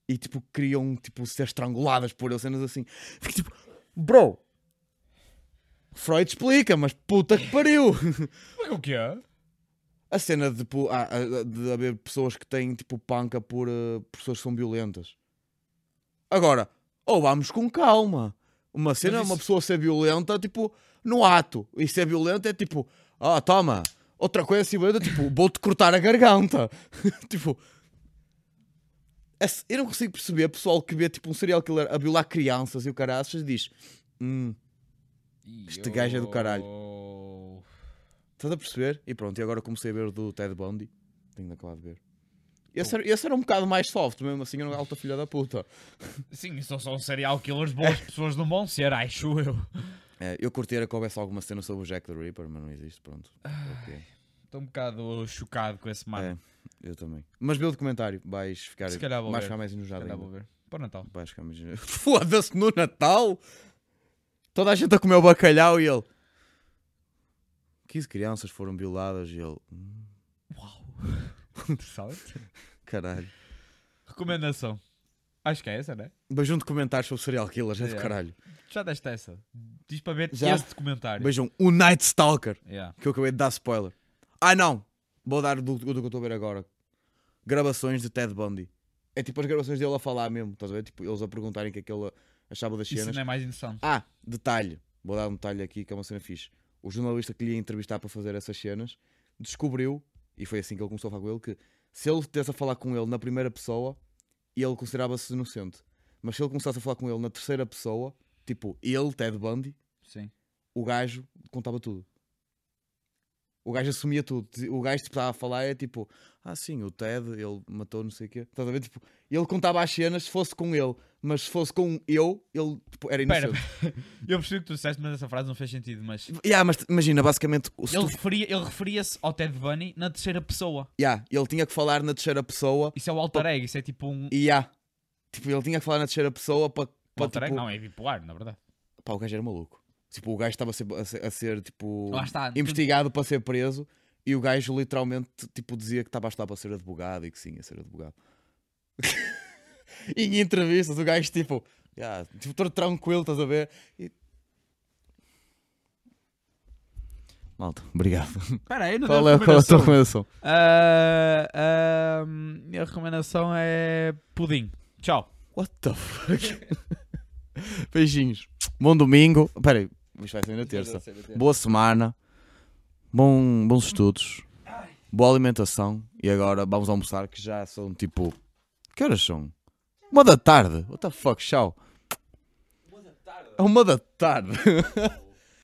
S1: E tipo, queriam tipo, ser estranguladas por ele, cenas assim. Fiquei tipo, bro, Freud explica, mas puta que pariu! <laughs>
S2: Mas o que é?
S1: A cena de, pu- ah, ah, de haver pessoas que têm tipo panca por eh, por pessoas que são violentas. Agora, ou vamos com calma. Uma cena é uma
S2: isso-
S1: pessoa ser violenta, tipo, no ato. E ser violenta é tipo, ah, toma. Outra coisa assim, violenta, tipo, vou-te cortar a garganta. <laughs> tipo, esse- eu não consigo perceber pessoal que vê tipo um serial killer a violar crianças e o cara achas diz, hum, Este gajo é do caralho.
S2: Yo.
S1: Estás a perceber? E pronto, e agora comecei a ver o do Ted Bundy. Tenho de acabar de ver. Esse era, esse era um bocado mais soft, mesmo assim, era um alta filha da puta.
S2: Sim, só são serial killers boas pessoas não vão ser, acho eu.
S1: É, eu curti era que houvesse alguma cena sobre o Jack the Ripper, mas não existe, pronto. Ok.
S2: Estou um bocado chocado com esse mano.
S1: É, eu também. Mas vê o documentário, vais ficar,
S2: Se calhar vou
S1: vais
S2: ver.
S1: ficar mais
S2: Se
S1: enojado
S2: calhar
S1: ainda.
S2: vou ver. Para o
S1: <laughs>
S2: Natal.
S1: Vais ficar mais enojado. Foda-se no Natal! Toda a gente a comer o bacalhau e ele... 15 crianças foram violadas e ele...
S2: Uau! Interessante.
S1: Caralho.
S2: Recomendação. Acho que é essa, né?
S1: Beijão de comentários um sobre serial killers, é do
S2: Yeah.
S1: caralho.
S2: Já deste essa. Diz para ver
S1: Já.
S2: este documentário.
S1: Beijão, o Night Stalker,
S2: Yeah.
S1: que eu acabei de dar spoiler. Ah, não! Vou dar o do, o do que eu estou a ver agora. Gravações de Ted Bundy. É tipo as gravações dele a falar mesmo, estás a ver? Tipo, eles a perguntarem o que é que ele achava das
S2: Isso
S1: cenas.
S2: não é mais interessante.
S1: Ah, detalhe. Vou dar um detalhe aqui que é uma cena fixe. O jornalista que lhe ia entrevistar para fazer essas cenas descobriu, e foi assim que ele começou a falar com ele, que se ele tivesse a falar com ele na primeira pessoa, ele considerava-se inocente. Mas se ele começasse a falar com ele na terceira pessoa, tipo, ele, Ted Bundy,
S2: Sim.
S1: o gajo contava tudo. O gajo assumia tudo. O gajo tipo, estava a falar é tipo, ah sim, o Ted, ele matou não sei o quê. Estás a ver? Tipo, ele contava as cenas se fosse com ele, mas se fosse com eu, ele tipo, era
S2: Espera,
S1: inocente.
S2: Eu percebi o que tu disseste, mas essa frase não fez sentido. Mas
S1: Yeah, mas t- imagina, basicamente, o- se tu-
S2: ele referia- ele referia-se ao Ted Bunny na terceira pessoa.
S1: yeah, ele tinha que falar na terceira pessoa
S2: Isso é o alter ego, isso é tipo um.
S1: e yeah, tipo, ele tinha que falar na terceira pessoa para.
S2: Alter
S1: Tipo,
S2: ego? Não, é bipolar, na verdade.
S1: Pá, o gajo era maluco. Tipo, o gajo estava a ser, a ser- a ser, tipo
S2: Lá está. tu-
S1: investigado para ser preso e o gajo literalmente tipo, dizia que estava a estudar para ser advogado e que sim, ia ser advogado. <laughs> e em entrevistas, o gajo tipo, yeah, tipo, todo tranquilo, estás a ver? E- Malta, obrigado.
S2: Espera aí, não
S1: Qual
S2: deu
S1: é, qual é a tua
S2: recomendação.
S1: recomendação?
S2: Ah, ah, minha recomendação é pudim. Tchau.
S1: What the fuck? <laughs> Beijinhos. Bom domingo. Peraí, isto vai ser na terça. Boa semana. Bom, bons estudos. Boa alimentação. E agora vamos almoçar, que já são tipo. Que horas são? Uma da tarde. What the fuck, tchau. Uma da tarde. É uma da tarde.